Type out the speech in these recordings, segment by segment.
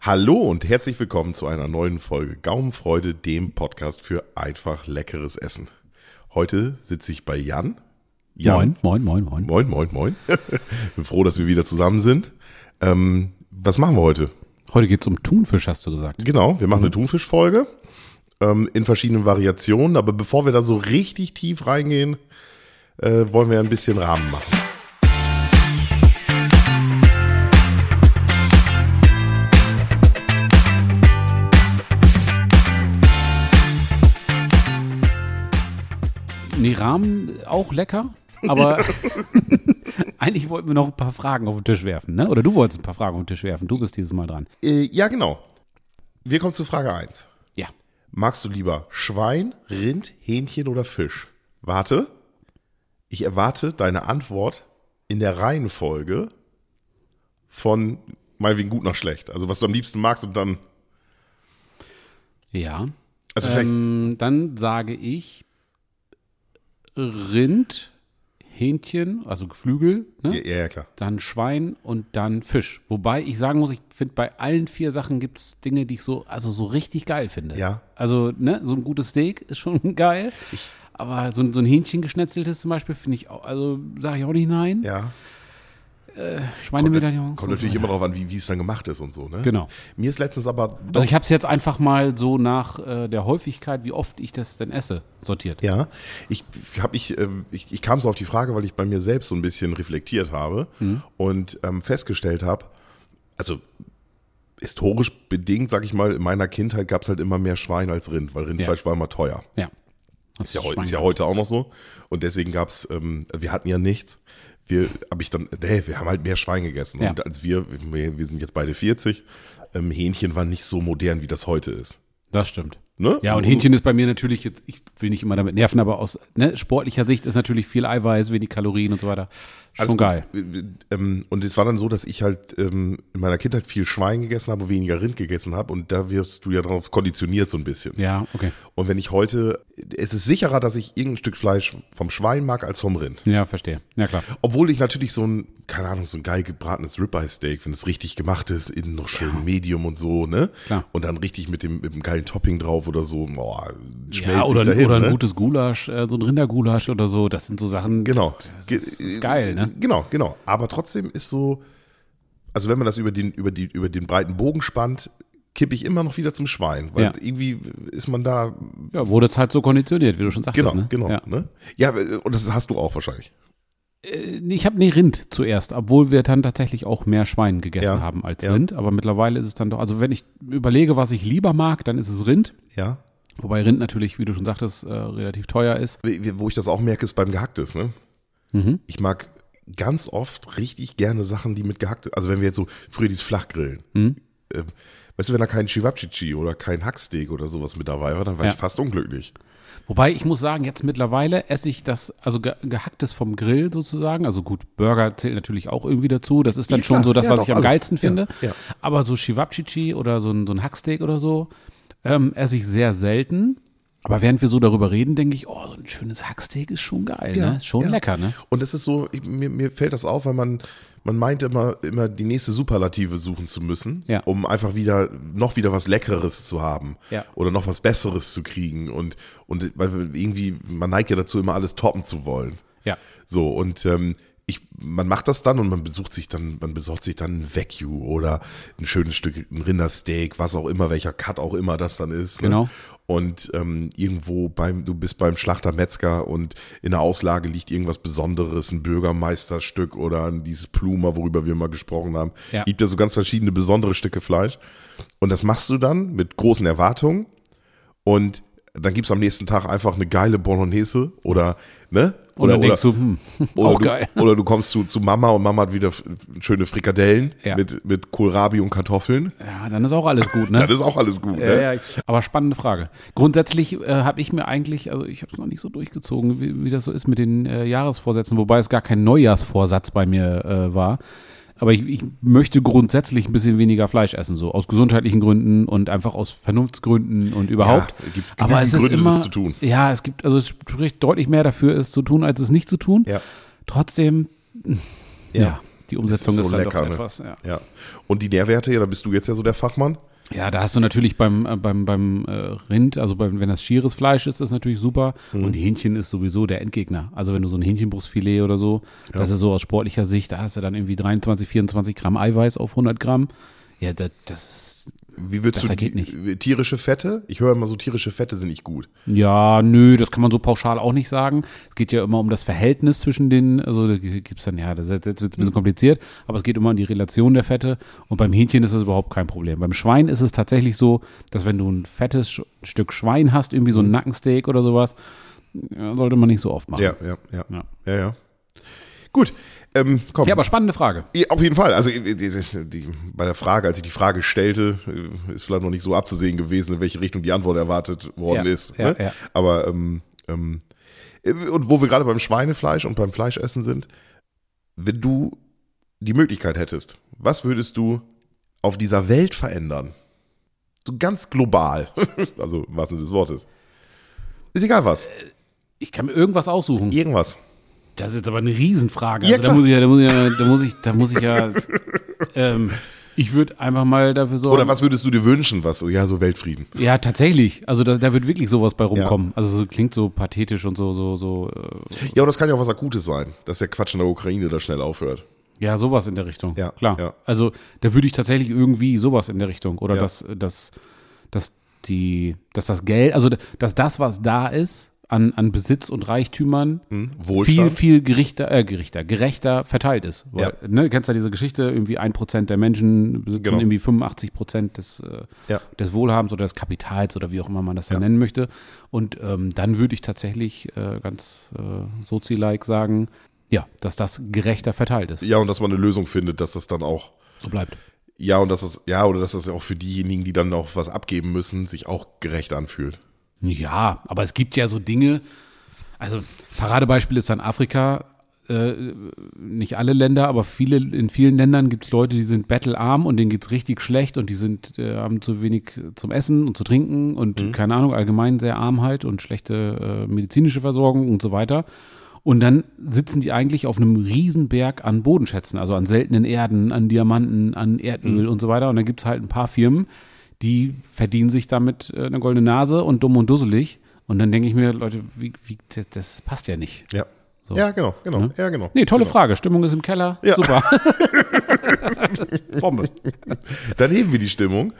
Hallo und herzlich willkommen zu einer neuen Folge Gaumenfreude, dem Podcast für einfach leckeres Essen. Heute sitze ich bei Jan. Jan. Moin, moin, moin, moin. Moin, moin, moin. Bin froh, dass wir wieder zusammen sind. Ähm, was machen wir heute? Heute geht's um Thunfisch, hast du gesagt. Genau, wir machen eine Thunfischfolge ähm, in verschiedenen Variationen. Aber bevor wir da so richtig tief reingehen, äh, wollen wir ein bisschen Rahmen machen. Nee, Rahmen auch lecker, aber eigentlich wollten wir noch ein paar Fragen auf den Tisch werfen, ne? Oder du wolltest ein paar Fragen auf den Tisch werfen. Du bist dieses Mal dran. Äh, ja, genau. Wir kommen zu Frage 1. Ja. Magst du lieber Schwein, Rind, Hähnchen oder Fisch? Warte. Ich erwarte deine Antwort in der Reihenfolge von meinetwegen gut nach schlecht. Also was du am liebsten magst und dann. Ja. Also vielleicht. Ähm, dann sage ich Rind, Hähnchen, also Geflügel, ne? Ja, ja, ja, klar. dann Schwein und dann Fisch. Wobei ich sagen muss, ich finde, bei allen vier Sachen gibt es Dinge, die ich so, also so richtig geil finde. Ja. Also, ne, so ein gutes Steak ist schon geil. aber so, ein- so ein Hähnchen geschnetzeltes zum Beispiel finde ich auch, also sage ich auch nicht nein. Ja. Schweinemedaillons. Kommt und so natürlich weiter. immer darauf an, wie, wie es dann gemacht ist und so, ne? Genau. Mir ist letztens aber doch, Also ich habe es jetzt einfach mal so nach äh, der Häufigkeit, wie oft ich das denn esse, sortiert. ja, ich habe ich, ähm, ich, ich kam so auf die Frage, weil ich bei mir selbst so ein bisschen reflektiert habe Mhm. und ähm, festgestellt habe, also historisch bedingt, sag ich mal, in meiner Kindheit gab es halt immer mehr Schwein als Rind, weil Rindfleisch war immer teuer. Ja. Ist ja, heu- ist ja heute auch noch so. Und deswegen gab's, ähm, wir hatten ja nichts. Wir, hab ich dann, nee, wir haben halt mehr Schwein gegessen. Ja. Und als wir, wir wir sind jetzt beide 40, ähm, Hähnchen war nicht so modern, wie das heute ist. Das stimmt. Ne? Ja, und Hähnchen ist bei mir natürlich, jetzt, ich will nicht immer damit nerven, aber aus ne, sportlicher Sicht ist natürlich viel Eiweiß, wenig Kalorien und so weiter. Schon Also, geil. äh, äh, Ähm, und es war dann so, dass ich halt ähm, in meiner Kindheit viel Schwein gegessen habe, weniger Rind gegessen habe. Und da wirst du ja drauf konditioniert so ein bisschen. Ja, okay. Und wenn ich heute, es ist sicherer, dass ich irgendein Stück Fleisch vom Schwein mag als vom Rind. Ja, verstehe. Ja, klar. Obwohl ich natürlich so ein, keine Ahnung, so ein geil gebratenes Ribeye-Steak, wenn es richtig gemacht ist, innen noch schön Medium und so, ne? Klar. Und dann richtig mit dem, mit dem geilen Topping drauf oder so, boah, schmelzt ja, oder, sich dahin, oder ein ne? gutes Gulasch, äh, so ein Rindergulasch oder so. Das sind so Sachen. Genau. ist- ist geil, ne? Genau, genau. Aber trotzdem ist so, also wenn man das über den, über die, über den breiten Bogen spannt, kippe ich immer noch wieder zum Schwein, weil Ja. irgendwie ist man da, Ja, wurde es halt so konditioniert, wie du schon sagtest. genau, ne? genau, Ja. ne? Ja, und das hast du auch wahrscheinlich. Nee, Äh, Ich habe nee Rind zuerst, obwohl wir dann tatsächlich auch mehr Schwein gegessen Ja, haben als ja. Rind. Aber mittlerweile ist es dann doch, also wenn ich überlege, was ich lieber mag, dann ist es Rind. Ja. Wobei Rind natürlich, wie du schon sagtest, äh, relativ teuer ist. Wie- wie- wo ich das auch merke, ist beim Gehacktes, ne? Mhm. Ich mag ganz oft richtig gerne Sachen, die mit gehackt, also wenn wir jetzt so früher dieses Flachgrillen. Mhm. Ähm, weißt du, wenn da kein Chivapchichi oder kein Hacksteak oder sowas mit dabei war, dann war Ja. ich fast unglücklich. Wobei ich muss sagen, jetzt mittlerweile esse ich das, also ge gehacktes vom Grill sozusagen. Also gut, Burger zählt natürlich auch irgendwie dazu. Das ist dann Ja, schon klar. so das, Ja, was doch, ich am alles. geilsten Ja, finde. ja. Aber so Chivapchichi oder so ein, so ein Hacksteak oder so ähm, esse ich sehr selten. Aber während wir so darüber reden, denke ich, oh, so ein schönes Hacksteak ist schon geil, Ja, ne? Ist schon ja. lecker, ne? Und das ist so, ich, mir, mir fällt das auf, weil man, man meint immer, immer die nächste Superlative suchen zu müssen, Ja. um einfach wieder, noch wieder was Leckeres zu haben Ja. oder noch was Besseres zu kriegen und, und weil irgendwie, man neigt ja dazu, immer alles toppen zu wollen. Ja. So, und ähm, ich, man macht das dann und man besucht sich dann, man besorgt sich dann ein Vacuum oder ein schönes Stück, ein Rindersteak, was auch immer, welcher Cut auch immer das dann ist. Genau. Ne? Und ähm, irgendwo beim, du bist beim Schlachter Metzger und in der Auslage liegt irgendwas Besonderes, ein Bürgermeisterstück oder dieses Plumer, worüber wir mal gesprochen haben. Ja. Gibt ja so ganz verschiedene besondere Stücke Fleisch. Und das machst du dann mit großen Erwartungen und dann gibt's am nächsten Tag einfach eine geile Bolognese oder, ne? Und Oder, dann denkst du, hm, oder, auch du, geil. oder du kommst zu, zu Mama und Mama hat wieder f- schöne Frikadellen Ja. mit, mit Kohlrabi und Kartoffeln. Ja, dann ist auch alles gut, ne? Das ist auch alles gut, Ja, ne? ja, ich, aber spannende Frage. Grundsätzlich äh, habe ich mir eigentlich, also ich habe es noch nicht so durchgezogen, wie, wie das so ist mit den äh, Jahresvorsätzen, wobei es gar kein Neujahrsvorsatz bei mir äh, war. Aber ich, ich möchte grundsätzlich ein bisschen weniger Fleisch essen, so aus gesundheitlichen Gründen und einfach aus Vernunftsgründen und überhaupt. es gibt aber genügend es ist Gründe, immer, das zu tun. Ja, es gibt, also es spricht deutlich mehr dafür, es zu tun, als es nicht zu tun. Ja. Trotzdem, ja. die Das Umsetzung ist, ist so dann lecker, doch ne? etwas. Ja. Ja. Und die Nährwerte, ja, da bist du jetzt ja so der Fachmann. ja, da hast du natürlich beim, äh, beim, beim äh, Rind, also beim, wenn das schieres Fleisch ist, ist natürlich super. Und Hähnchen ist sowieso der Endgegner. Also wenn du so ein Hähnchenbrustfilet oder so, das ist so aus sportlicher Sicht, da hast du dann irgendwie 23, 24 Gramm Eiweiß auf 100 Gramm. Ja, das, das ist, Wie würdest Das du geht nicht. äh, tierische Fette? Ich höre immer so, tierische Fette sind nicht gut. ja, nö, das kann man so pauschal auch nicht sagen. Es geht ja immer um das Verhältnis zwischen den, also da gibt's dann, ja, das, das wird ein Mhm. bisschen kompliziert, aber es geht immer um die Relation der Fette. Und beim Hähnchen ist das überhaupt kein Problem. Beim Schwein ist es tatsächlich so, dass wenn du ein fettes Sch Stück Schwein hast, irgendwie Mhm. so ein Nackensteak oder sowas, ja, sollte man nicht so oft machen. Ja, ja, ja. Ja. Ja, ja. Gut, ähm, komm. ja aber spannende Frage. Ja, Auf jeden Fall. Also äh, die, die, die, bei der Frage, als ich die Frage stellte, äh, ist vielleicht noch nicht so abzusehen gewesen, in welche Richtung die Antwort erwartet worden Ja, ist. ja, ne? ja. Aber ähm, ähm, äh, und wo wir gerade beim Schweinefleisch und beim Fleischessen sind, wenn du die Möglichkeit hättest, was würdest du auf dieser Welt verändern? So ganz global. also im wahrsten Sinne des Wortes. Ist egal was. Ich kann mir irgendwas aussuchen. Irgendwas. Das ist jetzt aber eine Riesenfrage. Ja, Also da klar. muss ich ja, da muss ich ja, da muss ich, da muss ich ja, ähm, ich würde einfach mal dafür sorgen. Oder was würdest du dir wünschen? Was? Ja, so Weltfrieden. Ja, tatsächlich. Also da, da wird wirklich sowas bei rumkommen. Also so, klingt so pathetisch und so, so, so, äh, Ja, und das kann ja auch was Akutes sein, dass der Quatsch in der Ukraine da schnell aufhört. ja, sowas in der Richtung. Ja, Klar. ja. Also da würde ich tatsächlich irgendwie sowas in der Richtung. Oder Ja. dass, dass, dass die, dass das Geld, also dass das, was da ist, an, an Besitz und Reichtümern viel, Hm? Wohlstand. viel gerichter, äh, gerichter, gerechter verteilt ist. Weil, ne, du kennst ja diese Geschichte, irgendwie ein Prozent der Menschen besitzen Genau. irgendwie 85 Prozent des, äh, Ja. des Wohlhabens oder des Kapitals oder wie auch immer man das dann nennen möchte. Und ähm, dann würde ich tatsächlich äh, ganz äh, sozi-like sagen, ja, dass das gerechter verteilt ist. Ja, und dass man eine Lösung findet, dass das dann auch, So bleibt. ja, und dass das, ja, oder dass das auch für diejenigen, die dann auch was abgeben müssen, sich auch gerecht anfühlt. Ja, aber es gibt ja so Dinge, also Paradebeispiel ist dann Afrika, äh, nicht alle Länder, aber viele, in vielen Ländern gibt es Leute, die sind battlearm und denen geht's richtig schlecht und die sind, äh, haben zu wenig zum Essen und zu trinken und keine Ahnung, allgemein sehr arm halt und schlechte äh, medizinische Versorgung und so weiter. Und dann sitzen die eigentlich auf einem Riesenberg an Bodenschätzen, also an seltenen Erden, an Diamanten, an Erdöl und so weiter. Und dann gibt's halt ein paar Firmen, die verdienen sich damit äh, eine goldene Nase und dumm und dusselig. Und dann denke ich mir, Leute, wie, wie, das, das passt ja nicht. Ja. Ja, genau, genau, ja, genau. Nee, tolle genau. Frage. Stimmung ist im Keller. Ja. Super. Bombe. Dann heben wir die Stimmung.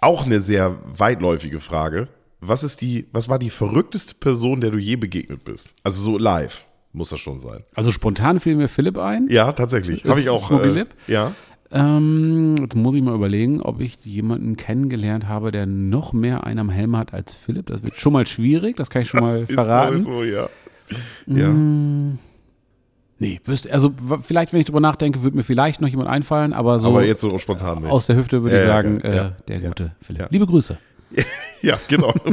Auch eine sehr weitläufige Frage. Was ist die, was war die verrückteste Person, der du je begegnet bist? Also so live muss das schon sein. Also spontan fiel mir Philipp ein. Ja, tatsächlich. Habe Ist ich auch. äh, es Moby Lip? ja. Ähm, jetzt muss ich mal überlegen, ob ich jemanden kennengelernt habe, der noch mehr einen am Helm hat als Philipp. Das wird schon mal schwierig, das kann ich schon mal Ist wohl verraten. So, ja. Ja. Nee, wüsste, also w- vielleicht, wenn ich drüber nachdenke, würde mir vielleicht noch jemand einfallen, aber so Aber jetzt so spontan nicht. Äh, aus der Hüfte würde Ja, ich ja, sagen, ja, ja, äh, der ja, gute Philipp. ja. Liebe Grüße. Ja, genau.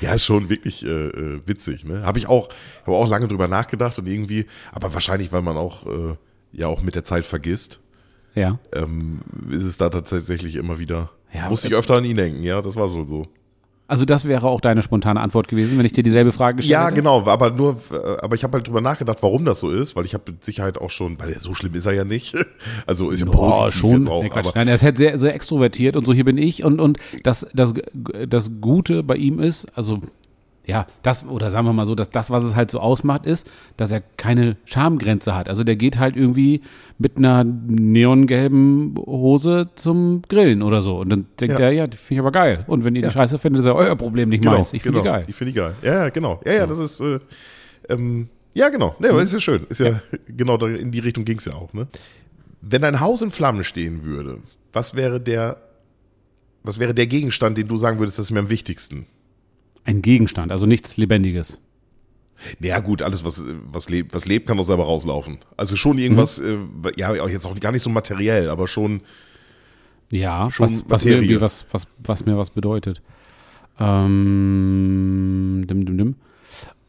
ja, ist schon wirklich äh, äh, witzig, ne? Habe ich auch, habe auch lange drüber nachgedacht und irgendwie, aber wahrscheinlich, weil man auch äh, ja auch mit der Zeit vergisst, Ja. ähm, ist es da tatsächlich immer wieder. Ja, musste ich äh, öfter an ihn denken, ja, das war so so. Also das wäre auch deine spontane Antwort gewesen, wenn ich dir dieselbe Frage gestellt Ja, hätte. genau, aber nur, äh, aber ich habe halt drüber nachgedacht, warum das so ist, weil ich habe mit Sicherheit auch schon, weil so schlimm ist er ja nicht. Also ist ja Boah, positiv schon. jetzt auch, nee, Quatsch. aber Nein, er ist halt sehr, sehr extrovertiert und so, hier bin ich. Und, und das, das, das Gute bei ihm ist, also ja, das, oder sagen wir mal so, dass das, was es halt so ausmacht, ist, dass er keine Schamgrenze hat. Also der geht halt irgendwie mit einer neongelben Hose zum Grillen oder so. Und dann denkt Ja. er, ja, die finde ich aber geil. Und wenn ihr Ja. die Scheiße findet, ist ja euer Problem, nicht meins. Ich finde genau. die geil. Ich finde die geil. Ja, ja, genau. Ja, ja, das ist, äh, ähm, ja, genau. Nee, aber Mhm. ist ja schön. Ist ja, genau, da- in die Richtung ging es ja auch, ne? Wenn dein Haus in Flammen stehen würde, was wäre der, was wäre der Gegenstand, den du sagen würdest, das ist mir am wichtigsten? Ein Gegenstand, also nichts Lebendiges. Naja, gut, alles, was, äh, was, lebt, was lebt, kann doch selber rauslaufen. Also schon irgendwas, Mhm. äh, ja, auch jetzt auch gar nicht so materiell, aber schon, Ja, Schon was, was mir Materie. irgendwie was, was, was mir was bedeutet. Ähm, dim, dim, dim.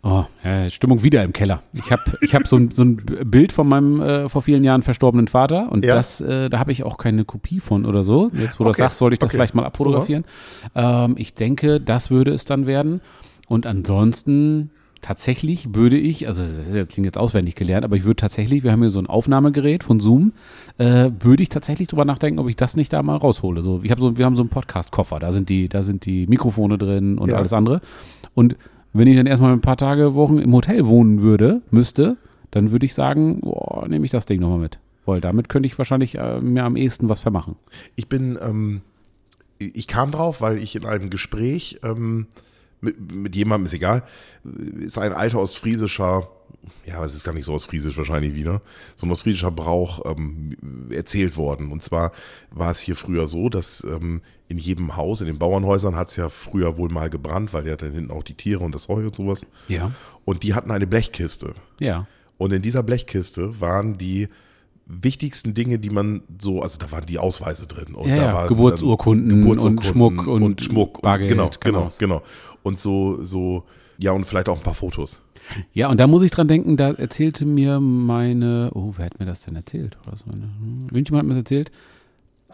Oh, ja, Stimmung wieder im Keller. Ich habe ich hab so, ein, so ein Bild von meinem äh, vor vielen Jahren verstorbenen Vater und Ja. das, äh, da habe ich auch keine Kopie von oder so. Jetzt, wo du das Okay, sagst, sollte ich das okay. vielleicht mal abfotografieren. Ähm, ich denke, das würde es dann werden. Und ansonsten tatsächlich würde ich, also das ist jetzt- klingt jetzt auswendig gelernt, aber ich würde tatsächlich, wir haben hier so ein Aufnahmegerät von Zoom, äh, würde ich tatsächlich drüber nachdenken, ob ich das nicht da mal raushole. So, ich habe so, wir haben so einen Podcast-Koffer, da sind die, da sind die Mikrofone drin und Ja. alles andere. Und wenn ich dann erstmal ein paar Tage, Wochen im Hotel wohnen würde, müsste, dann würde ich sagen, boah, nehme ich das Ding nochmal mit. Weil damit könnte ich wahrscheinlich äh, mir am ehesten was vermachen. Ich bin, ähm, ich kam drauf, weil ich in einem Gespräch ähm, mit, mit jemandem, ist egal, ist ein alter ostfriesischer, ja, aber es ist gar nicht so ostfriesisch wahrscheinlich wieder, so ein ostfriesischer Brauch ähm, erzählt worden. Und zwar war es hier früher so, dass ähm, in jedem Haus, in den Bauernhäusern hat es ja früher wohl mal gebrannt, weil die hatten hinten auch die Tiere und das Heu und sowas. Ja. Und die hatten eine Blechkiste. Ja. Und in dieser Blechkiste waren die wichtigsten Dinge, die man so, also da waren die Ausweise drin. Und Ja, da ja, waren Geburtsurkunden dann und Schmuck und und Schmuck. Bargeld, genau, genau, genau. genau. Und so, so, ja, und vielleicht auch ein paar Fotos. Ja, und da muss ich dran denken, da erzählte mir meine, oh, wer hat mir das denn erzählt? Oder so, ne? Hm, Irgendjemand hat mir das erzählt,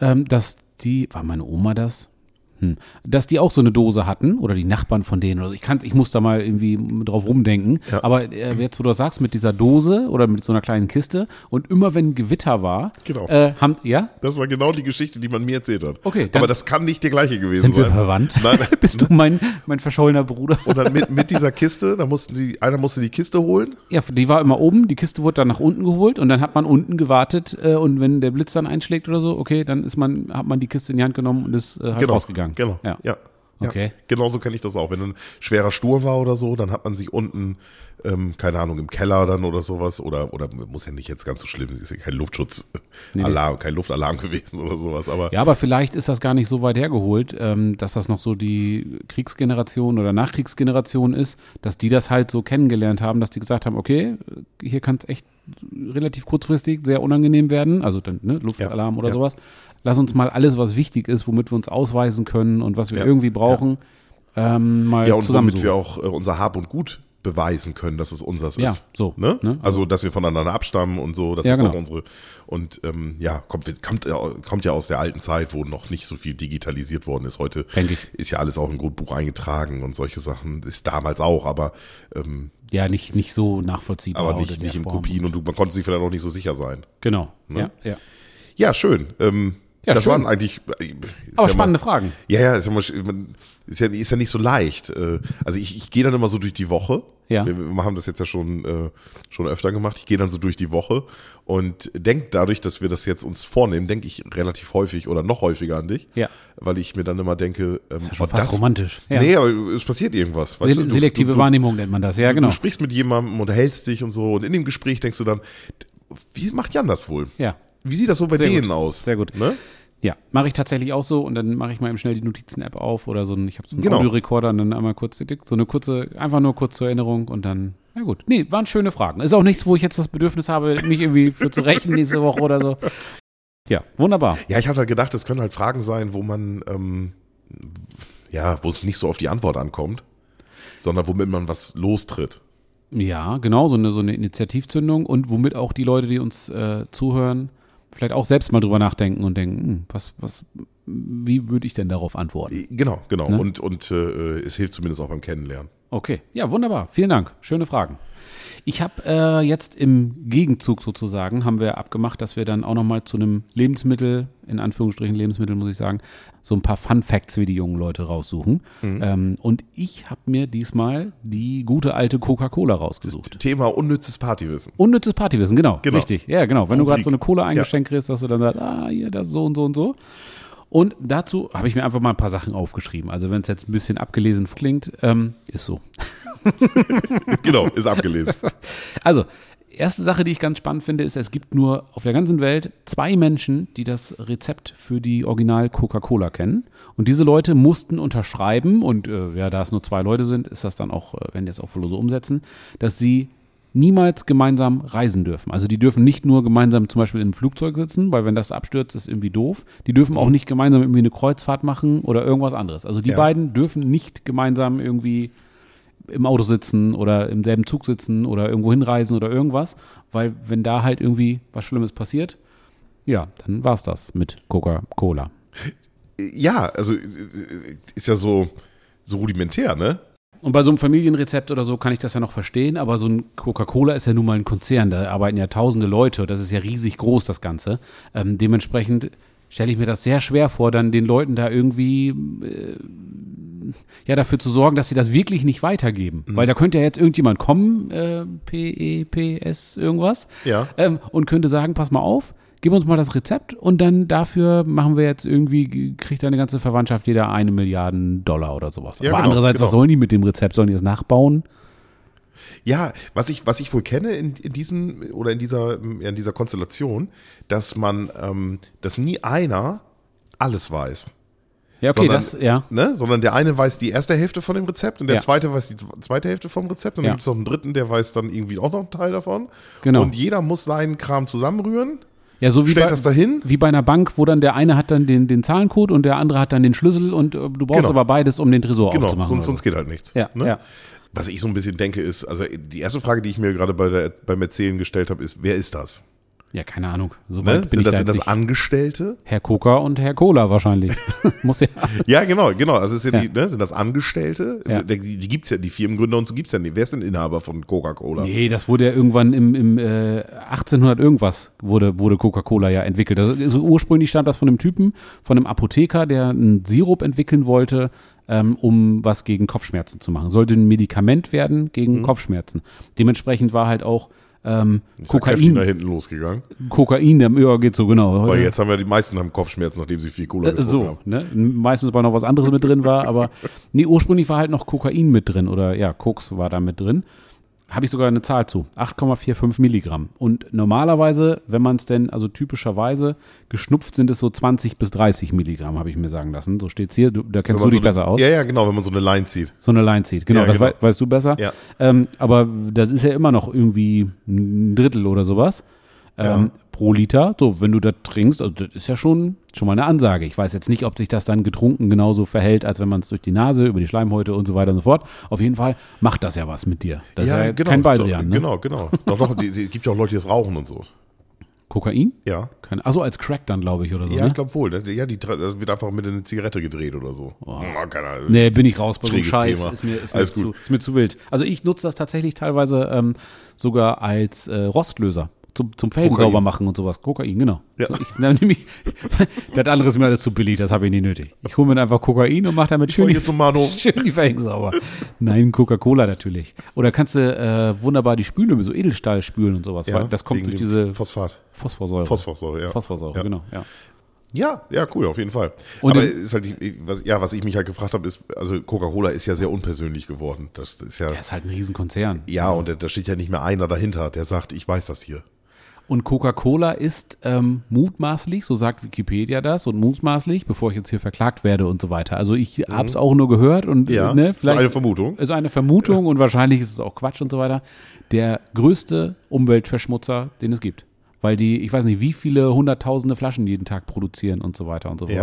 ähm, dass die, war meine Oma das? Hm. Dass die auch so eine Dose hatten oder die Nachbarn von denen oder so. Ich, kann, ich muss da mal irgendwie drauf rumdenken. Aber äh, jetzt, wo du das sagst, mit dieser Dose oder mit so einer kleinen Kiste und immer wenn Gewitter war, Genau. äh, haben, ja, Das war genau die Geschichte, die man mir erzählt hat. Okay, dann- Aber das kann nicht der gleiche gewesen sind wir sein. verwandt? Nein, Bist du mein, mein verschollener Bruder? und dann mit, mit dieser Kiste, da mussten die, einer musste die Kiste holen. Ja, die war immer oben, die Kiste wurde dann nach unten geholt und dann hat man unten gewartet äh, und wenn der Blitz dann einschlägt oder so, okay, dann ist man, hat man die Kiste in die Hand genommen und ist äh, halt rausgegangen. Genau. Ja. ja. Okay. Genauso kenne ich das auch. Wenn ein schwerer Sturm war oder so, dann hat man sich unten, ähm, keine Ahnung, im Keller dann oder sowas oder, oder muss ja nicht jetzt ganz so schlimm, es ist ja kein nee. Luftschutzalarm, kein Luftalarm gewesen oder sowas, aber Ja, aber vielleicht ist das gar nicht so weit hergeholt, ähm, dass das noch so die Kriegsgeneration oder Nachkriegsgeneration ist, dass die das halt so kennengelernt haben, dass die gesagt haben, okay, hier kann es echt relativ kurzfristig sehr unangenehm werden, also dann ne, Luftalarm Ja, oder ja. sowas. Lass uns mal alles, was wichtig ist, womit wir uns ausweisen können und was wir Ja, irgendwie brauchen, ähm, mal ja, und womit zusammensuchen. wir auch äh, unser Hab und Gut beweisen können, dass es unseres Ja, ist. so, Ne? ne? Also, dass wir voneinander abstammen und so, das Ja, ist auch genau. unsere. Und ähm, ja, kommt, kommt, ja- kommt ja aus der alten Zeit, wo noch nicht so viel digitalisiert worden ist. Heute Denke ich. ist ja alles auch im Grundbuch eingetragen und solche Sachen. Ist damals auch, aber, ähm, Ja, nicht, nicht so nachvollziehbar. aber oder nicht, Genau, der nicht in Form. Kopien Ne? und du, man konnte sich vielleicht auch nicht so sicher sein. Genau. Ja, ja. Ja, schön. Ähm, Ja, das schön. waren eigentlich. äh, ist Aber ja mal- Oh, spannende Fragen. Ja, ja, ist ja, mal, sch- man- ist ja, ist ja nicht so leicht. Äh, Also ich, ich gehe dann immer so durch die Woche. Ja. Wir, wir haben das jetzt ja schon, äh, schon öfter gemacht. Ich gehe dann so durch die Woche und denke dadurch, dass wir das jetzt uns vornehmen, denke ich relativ häufig oder noch häufiger an dich. Ja. Weil ich mir dann immer denke, ähm, Ja, schon oh, fast das, romantisch. Ja. Nee, aber es passiert irgendwas. weißt Se du? Du- selektive du, du, Wahrnehmung nennt man das. Ja, genau. Du sprichst mit jemandem, unterhältst dich und so und in dem Gespräch denkst du dann, wie macht Jan das wohl? Ja. Wie sieht das so bei Sehr denen gut. aus? Sehr gut. Ne? Ja, mache ich tatsächlich auch so und dann mache ich mal eben schnell die Notizen-App auf oder so ein, ich habe so einen Genau. Audiorekorder und dann einmal kurz, tick, so eine kurze, einfach nur kurz zur Erinnerung und dann, ja gut. Nee, waren schöne Fragen. Ist auch nichts, wo ich jetzt das Bedürfnis habe, mich irgendwie für zu rächen nächste Woche oder so. Ja, wunderbar. Ja, ich habe halt gedacht, es können halt Fragen sein, wo man, ähm, ja, wo es nicht so auf die Antwort ankommt, sondern womit man was lostritt. Ja, genau, so eine, so eine Initiativzündung und womit auch die Leute, die uns äh, zuhören, vielleicht auch selbst mal drüber nachdenken und denken, hm, was, was, wie würde ich denn darauf antworten? Genau, genau. Ne? Und, und äh, es hilft zumindest auch beim Kennenlernen. Okay, ja, wunderbar, vielen Dank, schöne Fragen. Ich habe äh, jetzt im Gegenzug sozusagen, haben wir abgemacht, dass wir dann auch nochmal zu einem Lebensmittel, in Anführungsstrichen Lebensmittel muss ich sagen, so ein paar Fun Facts wie die jungen Leute raussuchen. Ähm, und ich habe mir diesmal die gute alte Coca-Cola rausgesucht. Thema unnützes Partywissen. Unnützes Partywissen, genau. Genau. Richtig. Ja, genau. Wenn du Rubrik. gerade so eine Kohle eingeschenkt kriegst, dass du dann sagst, ah, hier, das so und so und so. Und dazu habe ich mir einfach mal ein paar Sachen aufgeschrieben. Also wenn es jetzt ein bisschen abgelesen klingt, ähm, ist so. genau, ist abgelesen. Also, erste Sache, die ich ganz spannend finde, ist, es gibt nur auf der ganzen Welt zwei Menschen, die das Rezept für die Original Coca-Cola kennen. Und diese Leute mussten unterschreiben, und äh, ja, da es nur zwei Leute sind, ist das dann auch, äh, werden die das auch wohl so umsetzen, dass sie niemals gemeinsam reisen dürfen. Also die dürfen nicht nur gemeinsam zum Beispiel im Flugzeug sitzen, weil wenn das abstürzt, ist irgendwie doof. Die dürfen auch nicht gemeinsam irgendwie eine Kreuzfahrt machen oder irgendwas anderes. Also die Ja. beiden dürfen nicht gemeinsam irgendwie im Auto sitzen oder im selben Zug sitzen oder irgendwo hinreisen oder irgendwas, weil wenn da halt irgendwie was Schlimmes passiert, ja, dann war's das mit Coca-Cola. äh, ja, also äh, ist ja so, so rudimentär, ne? Und bei so einem Familienrezept oder so kann ich das ja noch verstehen, aber so ein Coca-Cola ist ja nun mal ein Konzern, da arbeiten ja tausende Leute, das ist ja riesig groß, das Ganze. Ähm, dementsprechend stelle ich mir das sehr schwer vor, dann den Leuten da irgendwie äh, ja dafür zu sorgen, dass sie das wirklich nicht weitergeben. Weil da könnte ja jetzt irgendjemand kommen, äh, P, E, P, S, irgendwas, Ja. ähm, und könnte sagen, pass mal auf, gib uns mal das Rezept und dann dafür machen wir jetzt irgendwie, kriegt deine ganze Verwandtschaft jeder eine Milliarden Dollar oder sowas. Ja, Aber genau, andererseits, was genau. sollen die mit dem Rezept? Sollen die das nachbauen? Ja, was ich, was ich wohl kenne in, in diesem oder in dieser, in dieser Konstellation, dass man, ähm, dass nie einer alles weiß. Ja, okay, Sondern- das, ja. Ne? Sondern der eine weiß die erste Hälfte von dem Rezept und der Ja. zweite weiß die zw- zweite Hälfte vom Rezept und dann Ja. gibt es noch einen dritten, der weiß dann irgendwie auch noch einen Teil davon. Genau. Und jeder muss seinen Kram zusammenrühren, Ja, so wie bei, stellt das dahin. wie bei einer Bank, wo dann der eine hat dann den, den Zahlencode und der andere hat dann den Schlüssel und äh, du brauchst Genau. aber beides, um den Tresor Genau, aufzumachen. sonst, oder so. sonst geht halt nichts. Ja, ne? ja. Was ich so ein bisschen denke ist, also die erste Frage, die ich mir gerade bei der, beim Erzählen gestellt habe, ist, wer ist das? ja, keine Ahnung. So Ne? weit bin Sind ich das, da sind jetzt das nicht. Angestellte? Herr Coca und Herr Cola wahrscheinlich. Muss ja. Ja, genau, genau. Also es sind, Ja. die, ne, sind das Angestellte? Ja. Die, die gibt's ja, die Firmengründer und so gibt's ja nicht. Wer ist denn Inhaber von Coca-Cola? Nee, das wurde ja irgendwann im, im äh, 1800 irgendwas wurde, wurde Coca-Cola ja entwickelt. Also so ursprünglich stammt das von einem Typen, von einem Apotheker, der einen Sirup entwickeln wollte, ähm, um was gegen Kopfschmerzen zu machen. Sollte ein Medikament werden gegen Mhm. Kopfschmerzen. Dementsprechend war halt auch ähm, Ist ja kräftig nach Kokain, hinten losgegangen. Kokain, der ja, geht so genau. Weil jetzt haben wir die meisten haben Kopfschmerzen, nachdem sie viel Cola Äh, getrunken So, haben. ne? Meistens, weil noch was anderes mit drin war, aber nee, ursprünglich war halt noch Kokain mit drin oder ja, Koks war da mit drin. Habe ich sogar eine Zahl zu, 8,45 Milligramm. Und normalerweise, wenn man es denn, also typischerweise, geschnupft sind es so 20 bis 30 Milligramm, habe ich mir sagen lassen. So steht es hier, du, da Wenn kennst man du dich so besser eine, aus. Ja, ja, genau, wenn man so eine Line zieht. So eine Line zieht, genau, Ja, das genau. wei- weißt du besser. Ja. Ähm, aber das ist ja immer noch irgendwie ein Drittel oder sowas ähm, pro Liter. So, wenn du das trinkst, also das ist ja schon, schon mal eine Ansage. Ich weiß jetzt nicht, ob sich das dann getrunken genauso verhält, als wenn man es durch die Nase, über die Schleimhäute und so weiter und so fort. Auf jeden Fall macht das ja was mit dir. Das ist ja jetzt kein Baldrian, ne? Genau, genau. Doch, doch, die, die, gibt ja auch Leute, die das rauchen und so. Kokain? Ja. Kein, achso, als Crack dann, glaube ich, oder so, Ja, ne? ich glaube wohl. ne? Ja, die tra- das wird einfach mit einer Zigarette gedreht oder so. Hm, Ja, keine Ahnung. Nee, bin ich raus bei so einem Schräges Scheiß. Thema. Ist mir, ist, mir Alles gut. zu, ist mir zu wild. Also ich nutze das tatsächlich teilweise ähm, sogar als äh, Rostlöser. Zum, zum Felgen Kokain. sauber machen und sowas. Kokain, genau. Ja. So, ich, dann nehme ich, das andere ist mir alles zu billig, das habe ich nicht nötig. Ich hole mir dann einfach Kokain und mache damit schön Folge die, zum Mano. schön die Felgen sauber. Nein, Coca-Cola natürlich. Oder kannst du äh, wunderbar die Spüle mit so Edelstahl spülen und sowas. Ja, weil das kommt wegen durch dem diese Phosphat. Phosphorsäure. Phosphorsäure, ja. Phosphorsäure, ja. genau. Ja. Ja, ja, cool, auf jeden Fall. Und Aber im- ist halt, die- was, ja, was ich mich halt gefragt habe, ist, also Coca-Cola ist ja sehr unpersönlich geworden. Das ist ja, Das ist halt ein Riesenkonzern. ja, und da- da steht ja nicht mehr einer dahinter, der sagt, ich weiß das hier. Und Coca-Cola ist ähm, mutmaßlich, so sagt Wikipedia das, und mutmaßlich, bevor ich jetzt hier verklagt werde und so weiter. Also ich habe es auch nur gehört und äh, ne, ne, Mhm. ist vielleicht eine Vermutung. ist eine Vermutung und wahrscheinlich ist es auch Quatsch und so weiter. Der größte Umweltverschmutzer, den es gibt. Weil die, ich weiß nicht, wie viele hunderttausende Flaschen jeden Tag produzieren und so weiter und so fort.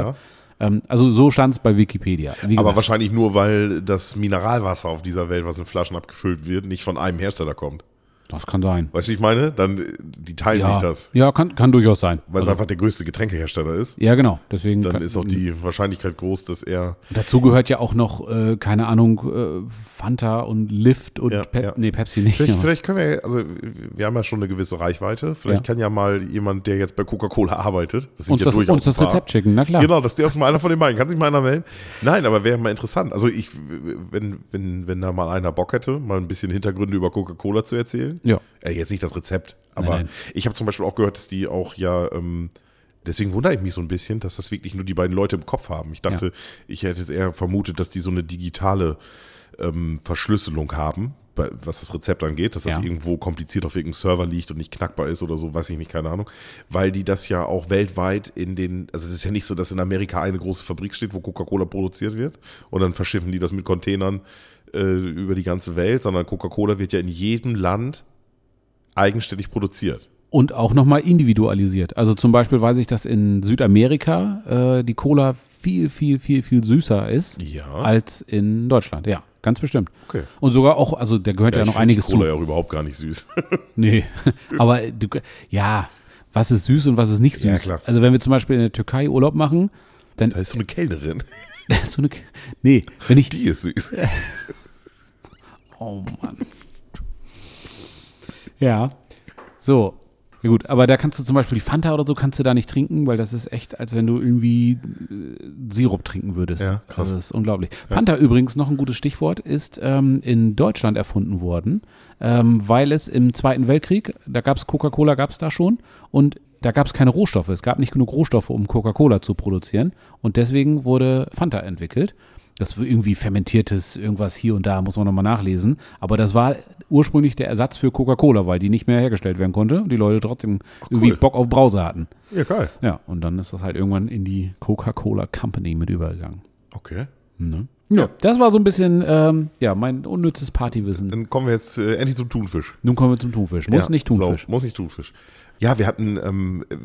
Ja. Ähm, also so stand es bei Wikipedia. Wie Aber gesagt, wahrscheinlich nur, weil das Mineralwasser auf dieser Welt, was in Flaschen abgefüllt wird, nicht von einem Hersteller kommt. das kann sein. Weißt du, ich meine? Dann, äh, die teilen Ja, sich das. ja kann, kann durchaus sein. Weil es einfach der größte Getränkehersteller ist. Ja, genau. Deswegen Dann kann, ist auch die Wahrscheinlichkeit groß, dass er. Dazu gehört ja auch noch, äh, keine Ahnung, äh, Fanta und Lift und Ja, Pep ja. nee, Pepsi nicht. Vielleicht, aber- vielleicht können wir, ja- also wir haben ja schon eine gewisse Reichweite. Vielleicht Ja. kann ja mal jemand, der jetzt bei Coca-Cola arbeitet, das sind uns ja das, durchaus uns das ein paar. Rezept schicken, na klar. Genau, dass der uns mal einer von den beiden. Kann sich mal einer melden? Nein, aber wäre mal interessant. Also ich, wenn, wenn, wenn da mal einer Bock hätte, mal ein bisschen Hintergründe über Coca-Cola zu erzählen. Ja. Äh, jetzt nicht das Rezept, aber nein. ich habe zum Beispiel auch gehört, dass die auch ja, ähm, deswegen wundere ich mich so ein bisschen, dass das wirklich nur die beiden Leute im Kopf haben. Ich dachte, ich hätte jetzt eher vermutet, dass die so eine digitale ähm, Verschlüsselung haben, bei- was das Rezept angeht, dass das Ja. irgendwo kompliziert auf irgendeinem Server liegt und nicht knackbar ist oder so, weiß ich nicht, keine Ahnung. Weil die das ja auch weltweit in den, also es ist ja nicht so, dass in Amerika eine große Fabrik steht, wo Coca-Cola produziert wird und dann verschiffen die das mit Containern äh, über die ganze Welt, sondern Coca-Cola wird ja in jedem Land eigenständig produziert. Und auch nochmal individualisiert. Also zum Beispiel weiß ich, dass in Südamerika äh, die Cola viel, viel, viel, viel süßer ist Ja. als in Deutschland. Ja, ganz bestimmt. Okay. Und sogar auch, also da gehört ja, ich noch find die einiges zu. Cola ja auch überhaupt gar nicht süß. Nee, aber du, ja, was ist süß und was ist nicht süß? Ja, klar. Also wenn wir zum Beispiel in der Türkei Urlaub machen, dann Da ist so eine Kellnerin, so eine, nee, wenn ich die ist süß. Oh Mann. Ja. So. Ja gut, aber da kannst du zum Beispiel die Fanta oder so kannst du da nicht trinken, weil das ist echt, als wenn du irgendwie äh, Sirup trinken würdest. Ja, krass. Also das ist unglaublich. Fanta übrigens, noch ein gutes Stichwort, ist ähm, in Deutschland erfunden worden, ähm, weil es im Zweiten Weltkrieg, da gab es Coca-Cola, gab es da schon und da gab es keine Rohstoffe. Es gab nicht genug Rohstoffe, um Coca-Cola zu produzieren und deswegen wurde Fanta entwickelt. Das war irgendwie fermentiertes irgendwas hier und da, muss man nochmal nachlesen. Aber das war ursprünglich der Ersatz für Coca-Cola, weil die nicht mehr hergestellt werden konnte und die Leute trotzdem irgendwie Bock auf Brause hatten. Ja, geil. Ja, und dann ist das halt irgendwann in die Coca-Cola Company mit übergegangen. Okay. Ja, das war so ein bisschen, ähm, ja, mein unnützes Partywissen. Dann kommen wir jetzt äh, endlich zum Thunfisch. Nun kommen wir zum Thunfisch. Muss Ja, nicht Thunfisch. So, muss nicht Thunfisch. Ja, wir hatten, ähm, äh,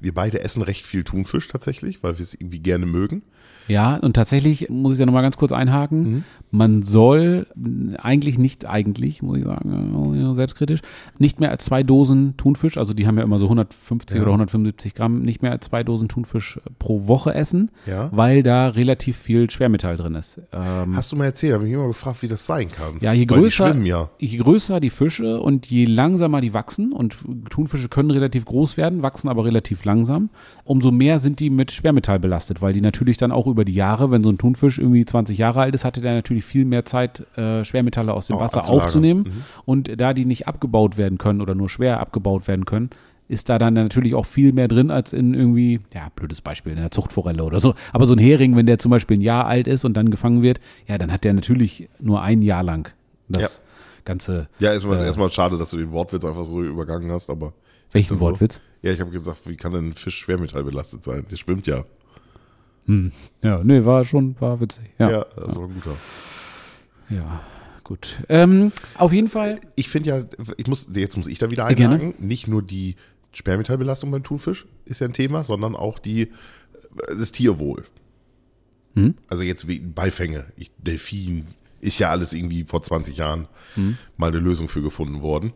wir beide essen recht viel Thunfisch tatsächlich, weil wir es irgendwie gerne mögen. Ja, und tatsächlich muss ich da nochmal ganz kurz einhaken. Mhm. Man soll mh, eigentlich nicht, eigentlich, muss ich sagen, äh, selbstkritisch, nicht mehr als zwei Dosen Thunfisch, also die haben ja immer so 150 oder 175 Gramm, nicht mehr als zwei Dosen Thunfisch äh, pro Woche essen, Ja. weil da relativ viel Schwermetall drin ist. Ähm, Hast du mal erzählt, habe ich mich immer gefragt, wie das sein kann. Ja, je Weil größer, Die schwimmen ja. je größer die Fische und je langsamer die wachsen, und Thunfische können relativ groß werden, wachsen aber relativ langsam, umso mehr sind die mit Schwermetall belastet, weil die natürlich dann auch über die Jahre, wenn so ein Thunfisch irgendwie 20 Jahre alt ist, hatte der natürlich viel mehr Zeit, äh, Schwermetalle aus dem Oh, Wasser abzulagern. aufzunehmen. Und da die nicht abgebaut werden können oder nur schwer abgebaut werden können, ist da dann natürlich auch viel mehr drin als in irgendwie, ja, blödes Beispiel, in der Zuchtforelle oder so. Aber so ein Hering, wenn der zum Beispiel ein Jahr alt ist und dann gefangen wird, ja, dann hat der natürlich nur ein Jahr lang das ganze. Ja, erstmal, erstmal schade, dass du den Wortwitz einfach so übergangen hast, aber. Welchen Ist das Wortwitz? So? Ja, ich habe gesagt, wie kann denn ein Fisch Schwermetall belastet sein? Der schwimmt ja. Ja, nee, war schon, war witzig. Ja, ja. das war ein guter. gut. Ähm, auf jeden Fall. Ich finde ja, ich muss, jetzt muss ich da wieder Ja, gerne. einhaken. Nicht nur die Schwermetallbelastung beim Thunfisch ist ja ein Thema, sondern auch die, äh, das Tierwohl. Hm? Also jetzt wie Beifänge, ich, Delfin, ist ja alles irgendwie vor 20 Jahren Hm? mal eine Lösung für gefunden worden.